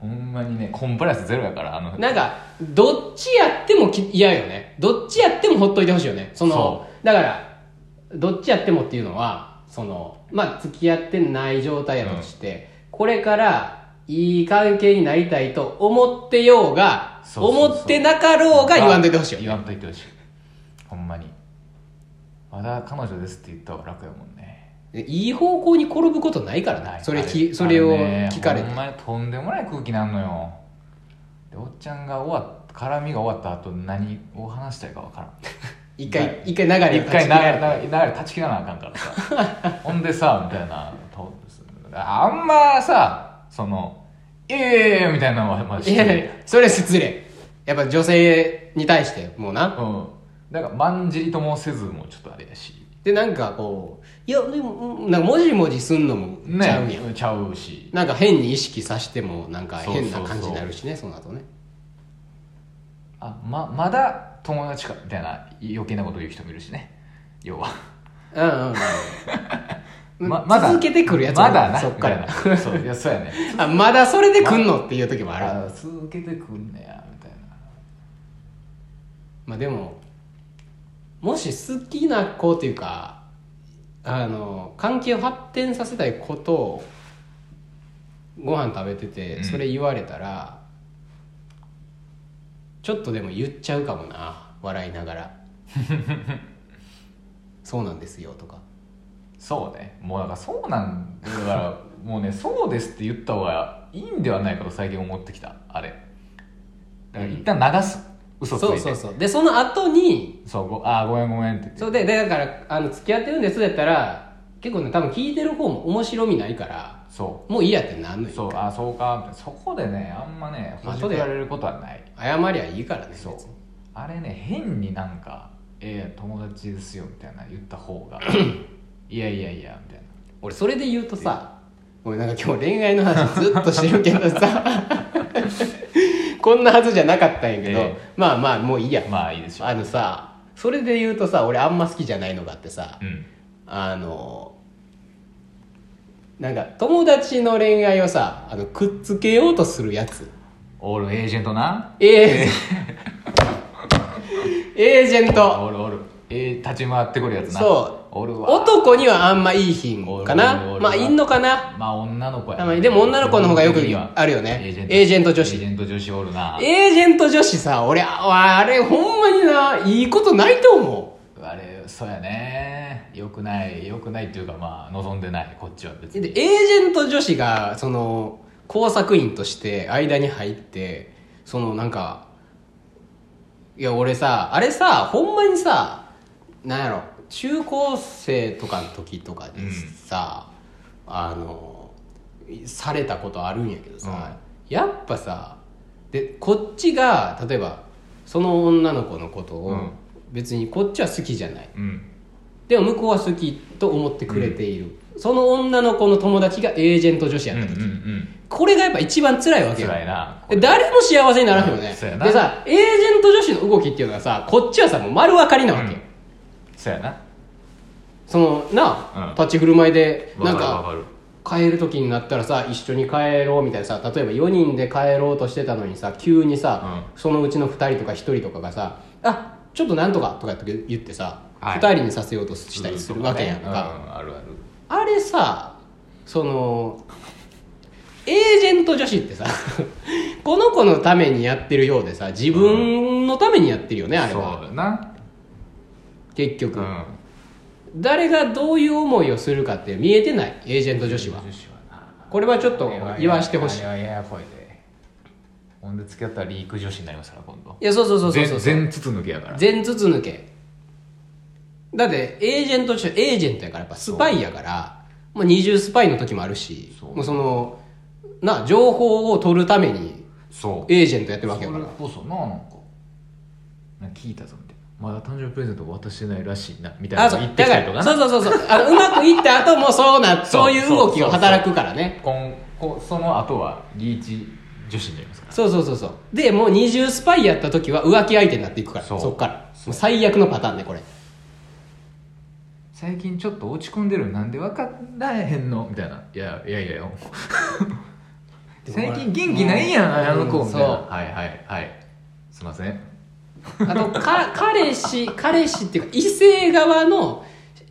うほんまにねコンプライアンスゼロやからあのなんかどっちやってもき嫌よねどっちやってもほっといてほしいよねそのそだからどっちやってもっていうのはそのまあ付き合ってない状態やとして、これからいい関係になりたいと思ってようがそうそうそう思ってなかろうが言わんといてほしいよね言わんといてほしいほんまにまだ彼女ですって言った方が楽やもんねでいい方向に転ぶことないからなないそれあきそれを聞かれあねてほんまにとんでもない空気なんのよでおっちゃんが終わっ絡みが終わった後何を話したいか分からん一回一回流れ一回断ち切られた流れ流れ断ち切らなあかんからさ ほんでさみたいなとあんまさその「いやいやいや」みたいなのはまあいしてやいやそれ失礼やっぱ女性に対してもうなうんだからまんじりともせずもちょっとあれやしでなんかこういやでもうんなんかもじもじすんのもねちゃうやん、ちゃうしなんか変に意識さしてもなんかそうそうそう変な感じになるしねその後ねあままだ友達かみたいな余計なこと言う人もいるしね要はうんうんうん ままだ続けてくるやつもまだなそっからみたいなそういやそうやね あまだそれで来んのっていう時もあるあ続けてくんねやみたいなまあでももし好きな子というかあの関係を発展させたいことをご飯食べてうてんそれ言われたら、ちょっとでも言っちゃうかもな笑いなが らそうなんですよとかそうねもうだからそうなんだからもうね そうですって言った方がいいんではないかと最近思ってきたあれだから一旦流す、嘘ついそてうそうそうでその後にそうごあーごめんごめんって言ってそうででだからあの付き合ってるんですだったら結構ね多分聞いてる方も面白みないからそもういいやってなんのうよそうあーそうかみたいなそこでねあんまねほじ後くでられることはない謝りゃいいからねそう別にあれね変になんか「ええ友達ですよ」みたいな言った方 が「いやいやいや」みたいな俺それで言うとさ俺なんか今日恋愛の話ずっとしてるけどさ こんなはずじゃなかったんやけど、ええまあまあもういいやまあいいでしょうあのさそれで言うとさ俺あんま好きじゃないのがあってさうんあのなんか友達の恋愛をさあのくっつけようとするやつオールエージェントなええエージェンオトールオールええ立ち回ってくるやつなそオールは男にはあんまいいひんかおるおるおなるまあいんのかなまあ女の子やたな、まにでも女の子の方がよくあるよねエージェント女子エージェント女子おるなエージェント女子さ、俺、ああれ、ほんまにな、いいことないと思あれそうやねよくないよくないっていうかまあ望んでないこっちは別う。で、にエージェント女子が、その、工作員として間に入って、その、なんか、いや、俺さ、あれさ、ほんまにさ、なんやろ、中高生とかの時とかでさ、あの、されたことあるんやけどさ、やっぱさ、で、こっちが、例えば、その女の子のことうをん、別にこっちは好きじゃない。うんでも向こうは好きと思ってくれている、その女の子の友達がエージェント女子うやんうんっうた時、んこれがやっぱ一番辛いわけよ辛いなで誰も幸せにならんよね、うんそうやなでさエージェント女子の動きっていうのはさこっちはさもう丸分かりなわうけ、んそうやなそのなあ、うん立ち振る舞いでわなんわかる帰る時になったらさ一緒に帰ろうみたいなさ例えば4人で帰ろうとしてたのにさ急にさ、そのうちの2人とか1人とかがさ「あちょっとなんとか」とかって言ってさ、はい2人にさせようとしたりするわけやんか、うんうんあるあるあれさそのエージェント女子ってさ この子のためにやってるようでさ自分のためにやってるよね、あれそうはやな結局、うん誰がどういう思いをするかって見えてないエージェント女子は女子はなこれはちょっと言わしてほしいあれはややこいでほんで付き合ったらリーク女子になりますから今度いやそうそうそうそうそう全全筒抜けやから全筒抜けだってエージェント中エージェントやからやっぱスパイやからまあ、二重スパイの時もあるしそうもうそのな情報を取るためにそうエージェントやってるわそけれやからこそななんかなんか聞いたぞみたいなまだ誕生日プレゼント渡してないらしいなみたいあなそのう言ってだきかたりとらかそうなそうそうそうあのうまくいった後もそうなそうそういう動きが働くからね今こその後はリーチ女子になりますかそうそうそうそうでもう二重スパイやった時は浮気相手になっていくからそそうっからもう最悪のパターンねこれら最近ちょっと落ち込んでるなんで分からへんのみたいないやいやいや最近元気ないやんあの子うんみたいなそうはいはいはいすいませんあとか彼氏彼氏っていうか異性側の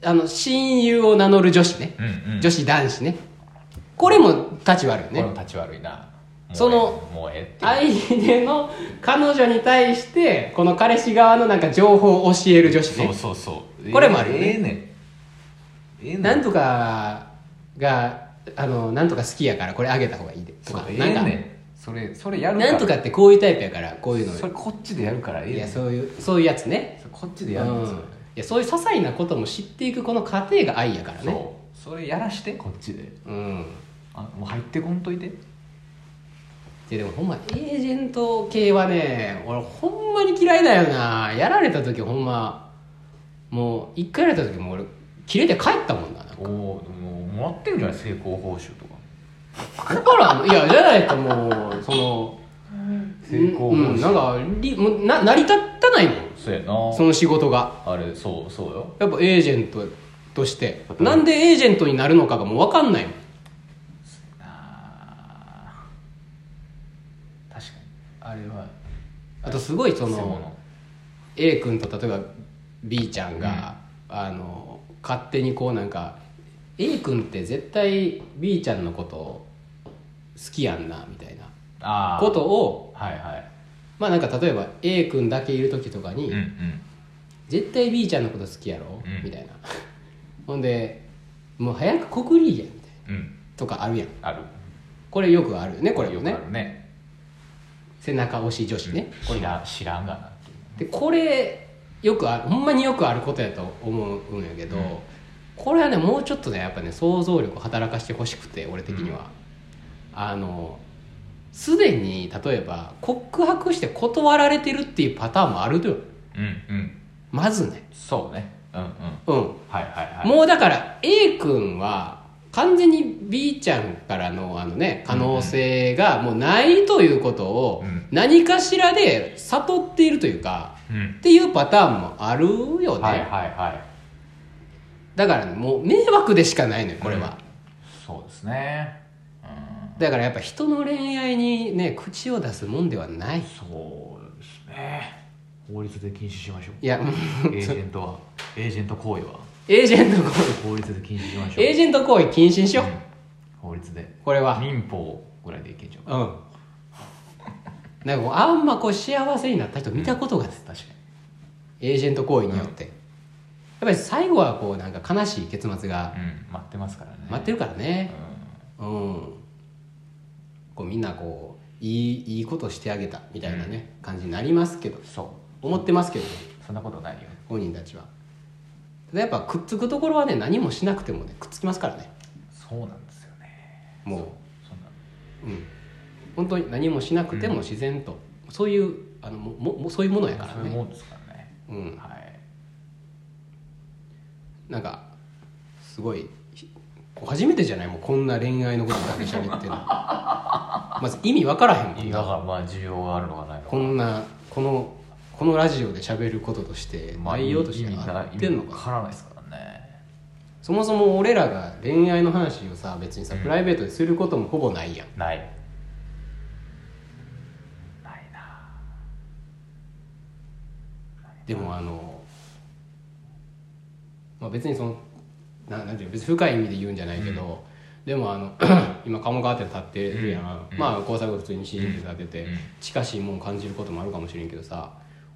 あの親友を名乗る女子ねう、んうん女子男子ねこれも立ち悪いこれもね立ち悪いなもうそのええもうええって相手の彼女に対してこの彼氏側のなんか情報を教える女子ねそうそうそうこれもあるよねええねんええねんなんとかがあのなんとか好きやからこれあげた方がいいでとそうかええなんか、ねんそれそれやるなんとかってこういうタイプやからこういうのそれこっちでやるからええいねやんそういうそういうやつね、それこっちうん、でいやるんですやそういう些細なことも知っていくこの過程が愛やからねそうそれやらしてこっちでうんあもう入ってこんといていやでもほんまエージェント系はね俺ほんまに嫌いだよなやられた時ほんまもう一回やられた時もう俺切れて帰ったもんななんかおおーでももらってるんじゃない成功報酬とかだからいやじゃないともうその成功報う酬、ん、なんかりもうな成り立たないもんそうやなその仕事があれそうそうよやっぱエージェントとしてなんでエージェントになるのかがもう分かんないもんあー確かにあれはあとすごいそ偽の物 A 君と例えば B ちゃんが、あの勝手にこうなんか A 君って絶対 B ちゃんのこと好きやんなみたいなああことをはいはいまあなんか例えば A 君だけいる時とかに、うんうん絶対 B ちゃんのこと好きやろ、うんみたいな ほんでもう早く告りやみたいなうんとかあるやんあるこれよくあるよねこれもよくねあるね背中押し女子ね、知らん知らんがなっていうでこれよくあるほんまによくあることやと思うんやけど、これはねもうちょっとねやっぱね想像力を働かしてほしくて俺的には、あのすでに例えば告白して断られてるっていうパターンもあるのようんうんまずねそうねうんうんうんはいはいはいもうだから A 君は完全に B ちゃんからのあのね可能性がもうないということをうん何かしらで悟っているというかうんっていうパターンもあるよね、はいはいはいだからねもう迷惑でしかないのよこれは、そうですねうんだからやっぱ人の恋愛にね口を出すもんではないそうですね法律で禁止しましょういやエージェントはエージェント行為はエージェント行為法律で禁止しましょうエージェント行為禁止にしよう、うん法律でこれは民法ぐらいでいけちゃううんなんかこうあんまこう幸せになった人見たことがない、確かにエージェント行為によって、やっぱり最後はこうなんか悲しい結末がうん、待ってますからね。待ってるからうねんうんこうみんなこういいいいことしてあげたみたいなね、感じになりますけどそ思ってますけどねう、そんなことないよ。本人たちはただやっぱくっつくところはね何もしなくてもねくっつきますからねそうなんですよね。もそんなううん本当に何もしなくても自然と、そういうあのもももそういうものやからそういうねもんですからね。うんはい。なんかすごいひ初めてじゃないもうこんな恋愛のことだけ喋ってるの まず意味分からへんもんいなやがまあ需要があるのかないのか。こんなこのこのラジオで喋ることとしてまあ内容として意味合がってんの意味わかからないですからね。そもそも俺らが恋愛の話をさ別にさプライベートですることもほぼないやんない。ないな。でもあの、まあ、別にそのななんていうの別に深い意味で言うんじゃないけど、でもあの 今鴨川って立ってるやん、まあ交際後普通に CD で立ってて、うん近しいもん感じることもあるかもしれんけどさ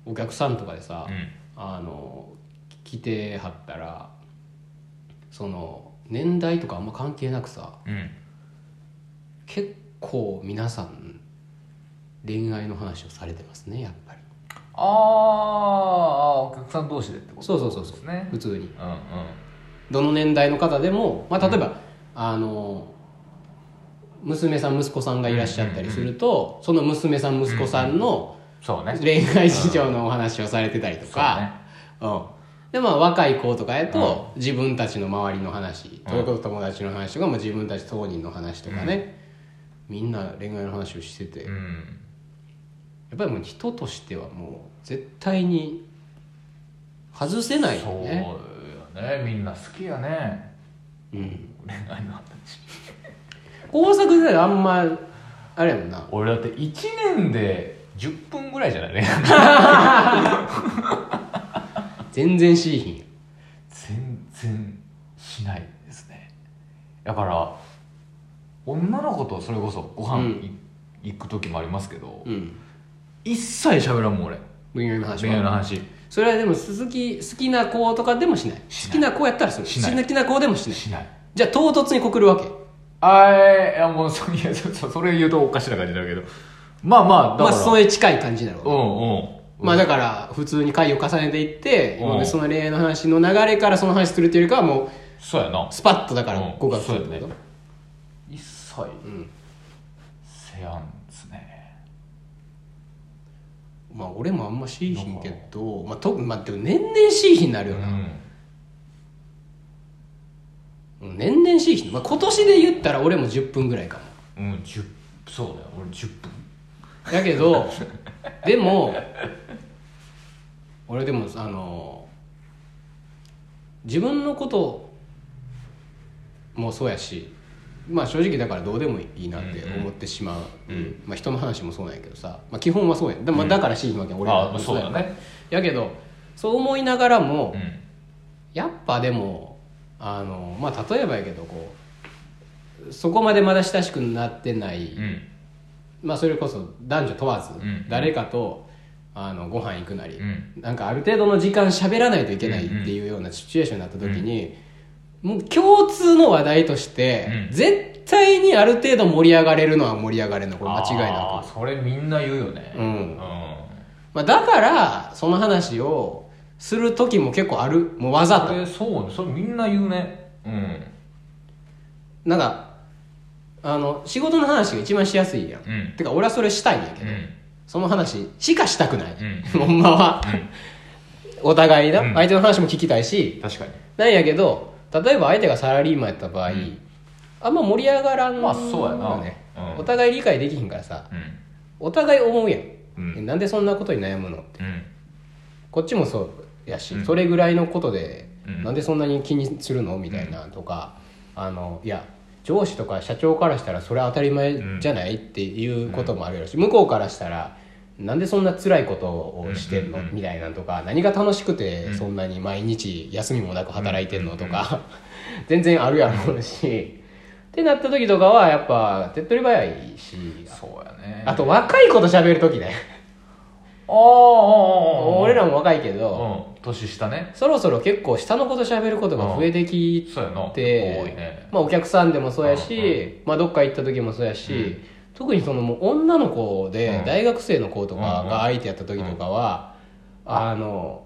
お客さんとかでさ、うん。あの来てはったらその年代とかあんま関係なくさうん。結構皆さん恋愛の話をされてますねやっぱりあーあー、お客さん同士でってことそうそうそうそうですね。普通にうんうん。どの年代の方でも、まあ、例えば、あの娘さん息子さんがいらっしゃったりすると、その娘さん息子さんのそうね。恋愛事情のお話をされてたりとか、うんでまあ、若い子とかやと、自分たちの周りの話うんそれこそ友達の話とか、まあ、自分たち当人の話とかね、みんな恋愛の話をしてて、そうね。やうん。っぱりもう人としてはもう絶対に外せないよそうね。よね。みんな好きやね。うん恋愛の話。工作時代あんまあれやもんな俺だって1年で10分ぐらいじゃないね全然しいひん全然しないですねだから女の子とそれこそご飯うんい行く時もありますけど、うん一切喋らんもん俺恋愛の話恋愛のは話それはでも鈴木好きな子とかでもしないし好ないきな子やったらするしない好きな子でもしないしないじゃあ唐突に告るわけあーいやもうそいやそそそれ言うとおかしな感じだけどまあまあだから、まあそれ近い感じだろう、うんうんまあだから普通に回を重ねていっうて、ん今までその恋愛の話の流れからその話するというよりかはもうそうやなスパッとだからうん合格するそってうこやとね一切んせやんですねまあ俺もあんましいひんけど、まあ、とまあでも年々しいひんになるうよな、んうん年々しいひん、まあ、今年で言ったら俺も10分ぐらいかもうん10そうだよ俺10分だけどでも俺でもあの自分のこともそうやしまあ正直だからどうでもいいなって思ってしまう、まあ、人の話もそうなんやけどさ、まあ、基本はそうやんでもまあだからしいわけや、俺あらまあもそうだやんねやけどそう思いながらも、うんやっぱでもあのまあ例えばやけどこうそこまでまだ親しくなってない、うんまあ、それこそ男女問わず、うん誰かとあのご飯行くなり、うんなんかある程度の時間喋らないといけないっていうようなシチュエーションになった時に、もう共通の話題として、うん絶対にある程度盛り上がれるのは盛り上がれるのこれ間違いあなーく、それみんな言うよねううんんまあ、だからその話をする時も結構あるもうわざそとれそうねそれみんな言うねうんなんかあの仕事の話が一番しやすいやん、うんてか俺はそれしたいんやけうど、んその話しかしたくない、うほんまは、お互いな、うん相手の話も聞きたいし確かになんやけど例えば相手がサラリーマンやった場合、んあんま盛り上がらんまあそうやなのねうんお互い理解できひんからさうんお互い思うやん、うんえなんでそんなことに悩むのうんこっちもそうやし、うんそれぐらいのことで、うんなんでそんなに気にするのみたいなとか、あのいや上司とか社長からしたらそれは当たり前じゃない、っていうこともあるやろし向こうからしたらなんでそんな辛いことをしてんの、みたいなとか何が楽しくてそんなに毎日休みもなく働いてんのとか、 全然あるやろうし。ってなった時とかはやっぱ手っ取り早いしそうやねあと若い子と喋る時ねああ俺らも若いけど、うん年下ねそろそろ結構下の子と喋ることが増えてきそうやなて、多いねまあ、お客さんでもそうやし、うまあ、どっか行った時もそうやし、特にそのもう女の子でうん大学生の子とかうんが相手やった時とかは、あの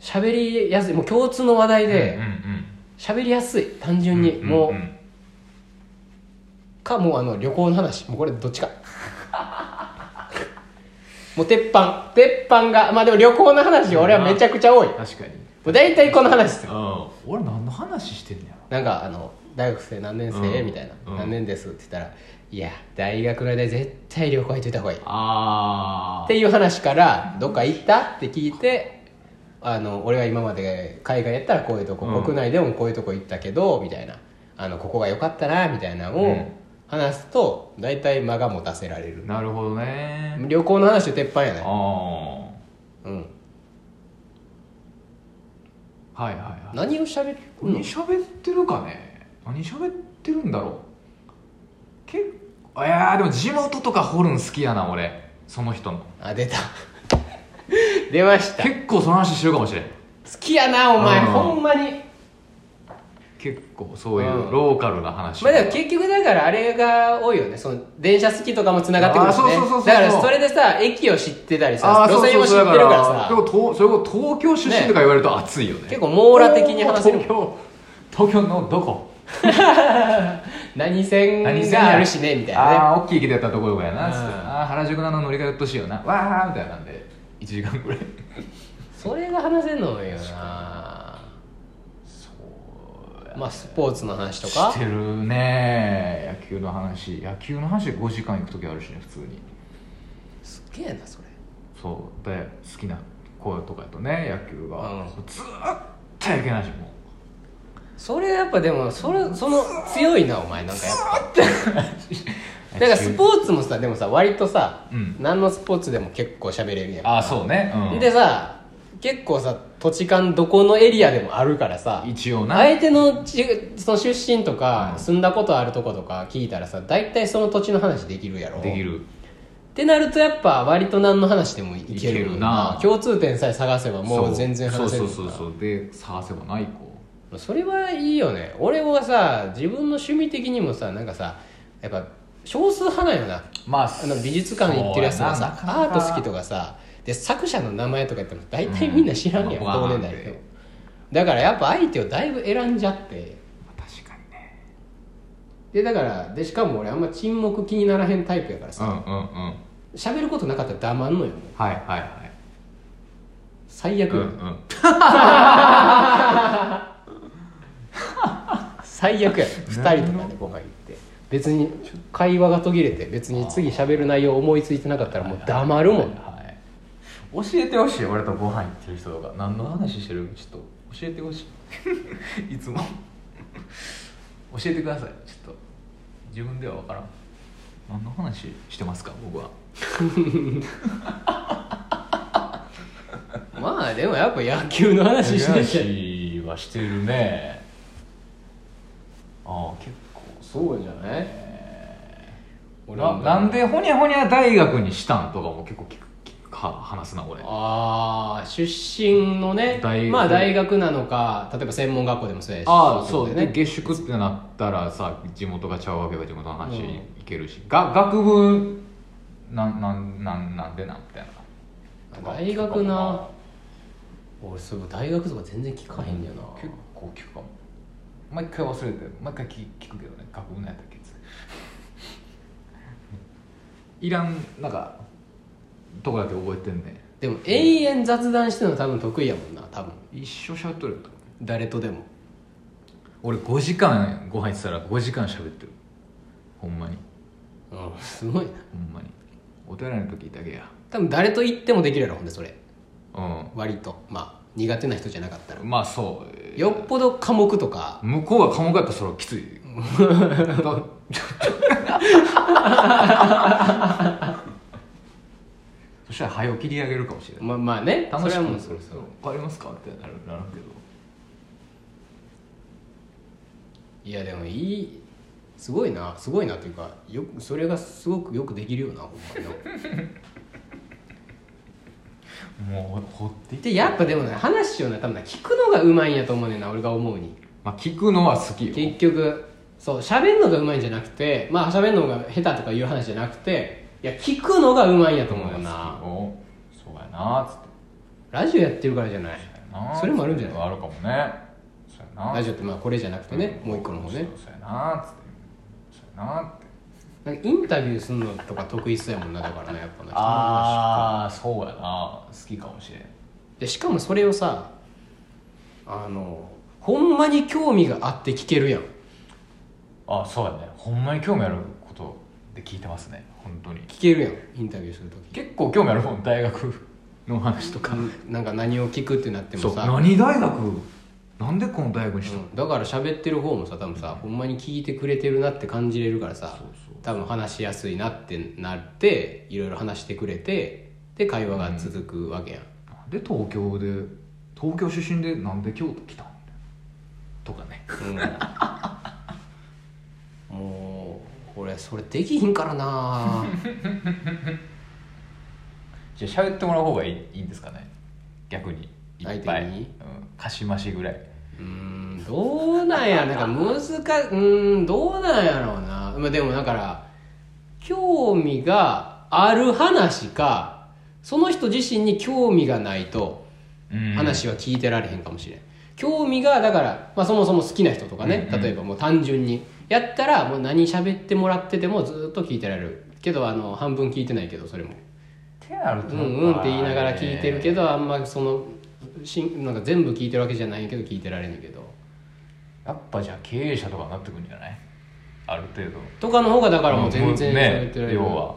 喋りやすいもう共通の話題うでんうん喋りやすい単純うんに、もう、んんかもうあの旅行の話もうこれどっちか もう鉄板鉄板がまあでも旅行の話俺はめちゃくちゃ多いも確かにう大体この話するうん俺何の話してんねやろなんかあの「大学生何年生うんみたいな「うん何年です」って言ったら「いや大学の間絶対旅行行っといた方がいい」っあていう話から「どっか行った?」って聞いて「あの俺は今まで海外やったらこういうとこ、うん国内でもこういうとこ行ったけど」みたいな「あのここが良かったな」みたいなのうをん話すと大体間が持たせられるなるほどね旅行の話は鉄板やあねあうんはいはいはい何を喋るの何喋ってるかね何喋ってるんだろう結構いやーでも地元とか掘るん好きやな俺その人のあ出た 出ました好結構その話してるかもしれんきやなお前うんほんまに結構そういううんローカルな話まあでも結局だからあれが多いよねその電車好きとかもつながってくるしあーそうそうそうそうねだからそれでさ駅を知ってたりあさー路線を知ってるそうそからさうそうだからでも東それこそ東京出身とか言われると熱いよね結構網羅的に話せるもん東京東京のどこ 何線があるしねみたいなねああー大きい駅でやったところがやなつってうんああ原宿のあの乗り換えうっとうしいよなわあみたいなんで1時間ぐらいそれが話せんのよなそうまあスポーツの話とかしてるね野球の話野球の話で5時間行く時あるしね普通にすっげえなそれそうで好きな子とかやとね野球が、うんずーっと野球の話もそれやっぱでもそれその強いなお前なんかやっ ぱうだからスポーツもさでもさ割とさ、うん何のスポーツでも結構喋れるやんああそうね、うん、でさ結構さ土地勘どこのエリアでもあるからさ一応な相手のじその出身とかうん住んだことあるとことか聞いたらさ大体その土地の話できるやろできるってなるとやっぱ割と何の話でもいけるもんいけるな共通点さえ探せばもそう全然話せるもんなそうそうそうそうで探せばない子それはいいよね俺はさ自分の趣味的にもさなんかさやっぱ少数派なんよなまああの美術館行ってるやつがさそうやなアなーかなかト好きとかさで作者の名前とか言っても大体みんな知らんやん、うん同年代のまあまだからやっぱ相手をだいぶ選んじゃって確かにねでだからでしかも俺あんま沈黙気にならへんタイプやかうらんうさんうん喋、ることなかったら黙んのよねはいはいはい最悪うんうよ、ん最 悪や2人とかでご飯行って別に会話が途切れて別に次喋る内容思いついてなかったらもう黙るもんはい教えてほしい俺とご飯行ってる人とか何の話してるちょっと教えてほしい いつも教えてくださいちょっと自分では分からん何の話してますか僕はまあでもやっぱ野球の話 してるし話はしてるねああ結構そうじゃない俺ななんでほにゃほにゃ大学にしたんとかも結構聞く聞くは話すな俺ああ出身のね大まあ大学なのか例えば専門学校でもそうやしああそうだで,、よね、下宿ってなったらさ地元がちゃうわけだ地元の話うんいけるし、が学部なんなんなんなんでなんみたいな大学な俺そういえば大学とか全然聞かへんだよな、結構聞くかも毎回忘れて毎回聞聞くけどね学部のやったっけいつい らんなんかとこだけ覚えてんねでも永遠雑談してるの多分得意やもんな多分一生喋っとるよ誰とでも俺5時間ご飯行ってたら5時間喋ってるほんまにうんすごいほなんまにお手洗いの時だけや多分誰と言ってもできるやろほんでそれうん割とまあ苦手な人じゃなかったらまあそうよっぽど科目とか向こうが科目やったらそれはきついだ そしたら早を切り上げるかもしれないままあね楽しそれはもくうそれそう変わりますかってなるなるけどいやでもいいすごいなすごいなというかよくそれがすごくよくできるよなほんまになもう掘っていってでやっぱでもね話をね多分ね聞くのがうまいんやと思うねんな俺が思うにまあ聞くのは好きよ結局そう喋るのがうまいんじゃなくてまあ喋るのが下手とかいう話じゃなくていや聞くのがうまいんやと思うよな好きよそうやなつってラジオやってるからじゃないそうやなそれもあるんじゃないあるかもねそうやなラジオってまあこれじゃなくてね、もう一個の方ねそうそうやなっつってそうやなってなんかインタビューするのとか得意そうやもんなだからねやっぱねああそうやな好きかもしれんでしかもそれをさあのほんまに興味があって聞けるやんあそうやねほんまに興味あることで聞いてますね本当に聞けるやんインタビューするとき結構興味あるもん大学の話とかなんか何を聞くってなってそもうさ、何大学なんでこの大学にしたうの、んだから喋ってる方もさ多分さほんまに聞いてくれてるなって感じれるからさそうそう多分話しやすいなってなっていろいろ話してくれてで会話が続くわけやん、なんで東京で東京出身でなんで京都来たんとかねうんもう俺それできひんからなじゃあ喋ってもらう方がいいいいんですかね逆にいっぱ相い、手うにん、かしましぐらいうんどうなんやなんか難しうんどうなんやろうな、まあ、でもだから興味がある話かその人自身に興味がないとうん話は聞いてられへんかもしれん、興味がだから、まあ、そもそも好きな人とかね、うんうん例えばもう単純にやったらもう何喋ってもらっててもずっと聞いてられるけどあの半分聞いてないけどそれもってなるうとんうんって言いながら聞いてるけどあんまそのしんなんか全部聞いてるわけじゃないけど聞いてられんけどやっぱじゃあ経営者とかになってくるんじゃないある程度とかの方がだからもう全然喋ねってられる要は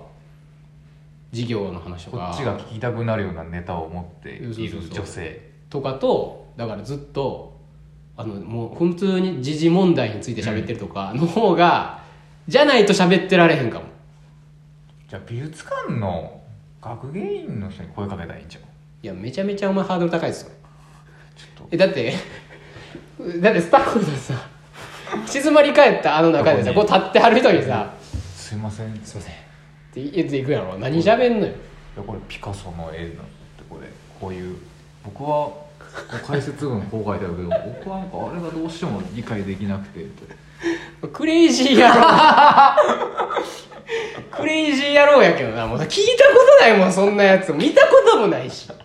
事業の話とこかっちが聞きたくなるようなネタを持っているそうそうそう女性とかとだからずっとあのもう普通に時事問題について喋ってるとかの方が、じゃないと喋ってられへんかもじゃあ美術館の学芸員の人に声かけたらいいんじゃんいやめちゃめちゃお前ハードル高いですよちょっとえだって だってスタッフのさ静まり返ったあの中でさこここうに立ってはる人にさすいません「すいません」ってって言っていくやろ何喋んのいよやこれピカソの絵なのってこれこういう僕はこう解説文こう書いてあるけど僕はなんかあれがどうしても理解できなくてクレイジーやろ クレイジーやろうやけどなもう聞いたことないもんそんなやつ見たこともないし立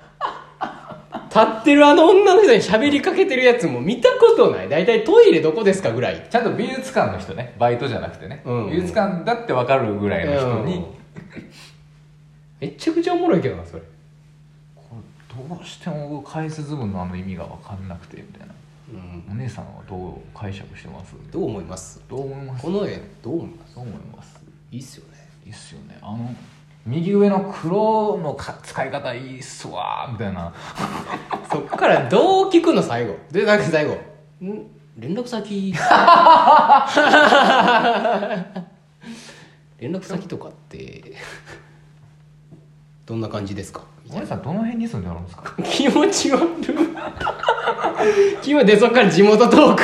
ってるあの女の人に喋りかけてるやつも見たことない大体トイレどこですかぐらいちゃんと美術館の人ねバイトじゃなくてね、うん美術館だって分かるぐらいの人に、うんめちゃくちゃおもろいけどなそれこれどうしても解説文のあの意味が分かんなくてみたいなうんお姉さんはどう解釈してますどう思いますどう思いますこの絵どう思いますどう思いますいいっすよねいいっすよねあの右上の黒のか使い方いいっすわーみたいなそっからどう聞くの最後でなんか最後「ん連絡 先連絡先とかってどんな感じですか?」みおたい姉なさんどの辺に住んであるんですか気持ち悪い気持ちでそっから地元トーク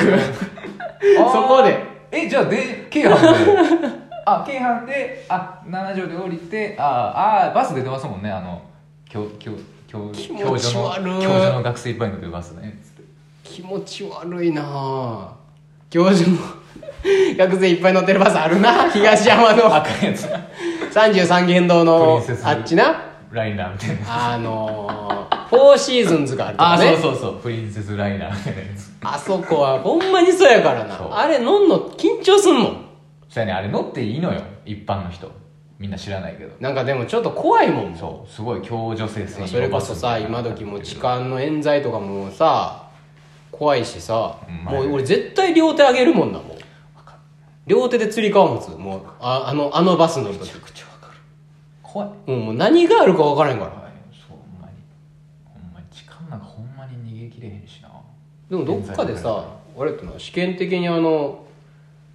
あー そこでえじゃあで京阪であ京阪であ7条で降りてああバス出てますもんねあの教教教気教持教ち授悪いの教授の学生いっぱい乗ってるバスねつって気持ち悪いなあ教授も学生いっぱい乗ってるバスあるな東山の 赤いやつ33元堂のプリンセスあっちなライナーみたいなあのー、フォーシーズンズがあるとあかあねそうそうそうプリンセスライナーみたいなやつあそこはほんまにそうやからそうなあれのんの緊張すんもんそうやねあれ乗っていいのよ一般の人みんな知らないけどなんかでもちょっと怖いもんもそうすごい強女性う専それ用こバスそみたさいな今時もう痴漢の冤罪とかもさ怖いしさうんもう俺絶対両手上げるもんなもう両手でつり革持つもうああのあのバス乗る時口わかる怖いうんもう何があるか分からへんから怖いそうほんまにほんまに時間なんかほんまに逃げきれへんしなでもどっかで冤罪ださあれってな試験的にあの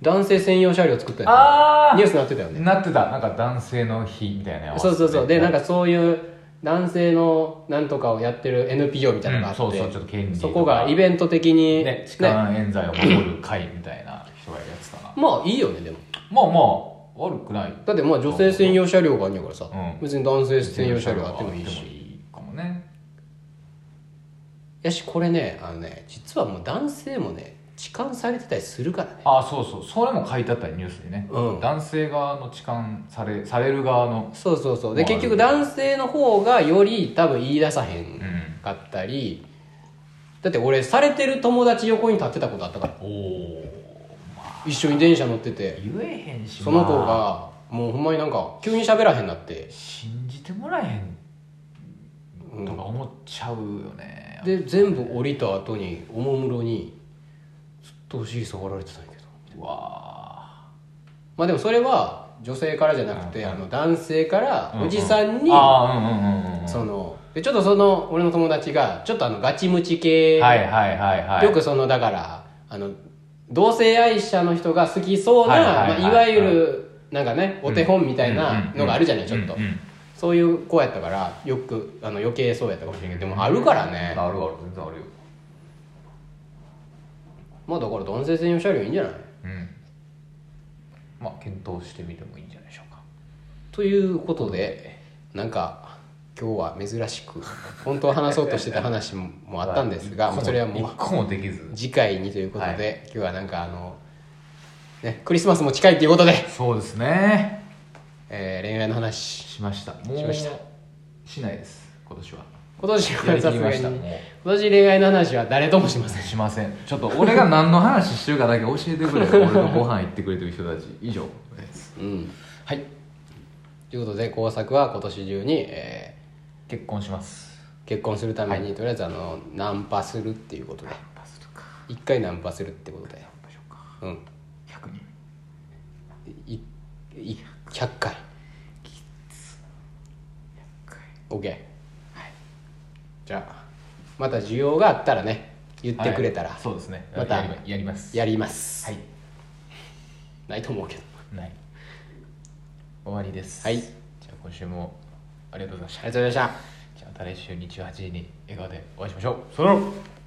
男性専用車両作ったやんあーニュースになってたよねなってたなんか男性の日みたいなやつそうそうそうでなんかかそういう男性のなんとかをやってる NPO みたいなのがあって、うんそうそうちょっと権利とかそこがイベント的に、ね痴漢冤罪を守る会みたいな人がやってたなまあいいよねでもまあまあ悪くないだってまあ女性専用車両があるんやからさ、うん別に男性専用車両あってもいいあってもしいいかもねやしこれねあのね実はもう男性もね痴漢されてたりするからねああそうそうそれも書いてあったよニュースにね、うん男性側の痴漢されされる側のそうそうそうでまあ結局男性の方がより多分言い出さへうんんかったりだって俺されてる友達横に立ってたことあったからおお一緒に電車乗ってて言えへんしその子まあがもうほんまになんか急に喋らへんなって信じてもらえへんとか思っちゃうよね、で全部降りた後におもむろにずっとお尻触られてたんやけどうわまあでもそれは女性からじゃなくてあの男性からーおじさんにあーうんうんうんうんそのでちょっとその俺の友達がちょっとあのガチムチ系はいはいはいはいよくそのだからあの同性愛者の人が好きそうなはいはいまはいあいわゆるなんかねお手本みたいなのがあるじゃないちょっとうんうんうんそういう子やったからよくあの余計そうやったかもしれんけどでもあるからねあるある全然あるよまあだから男性専用車両いいんじゃないうんまあ検討してみてもいいんじゃないでしょうかということでなんか今日は珍しく本当は話そうとしてた話ももあったんですが、まあまあそれはも一個もできずう次回にということで、は今日はなんかあの、ね、クリスマスも近いということで、そうですねえー恋愛の話しましたもうしましたしないです今年は今年はやりきさりすまがしたにも今年恋愛の話は誰ともしませんうしませんちょっと俺が何の話してるかだけ教えてくれ俺のご飯行ってくれてる人たち以上ですうんはいということで工作は今年中に、え結婚しますー結婚するために、とりあえずあのナンパするっていうことでパスとか一回ナンパするってことでどうしようかうん100人いい100回回 OK、はい、じゃあまた需要があったらね言ってくれたらはいそうですねまたやりやりますやります、はいないと思うけどない終わりですはいじゃあ今週もありがとうございましあたりがとうございましたじゃあまた来週日曜8時に笑顔でお会いしましょうさよなら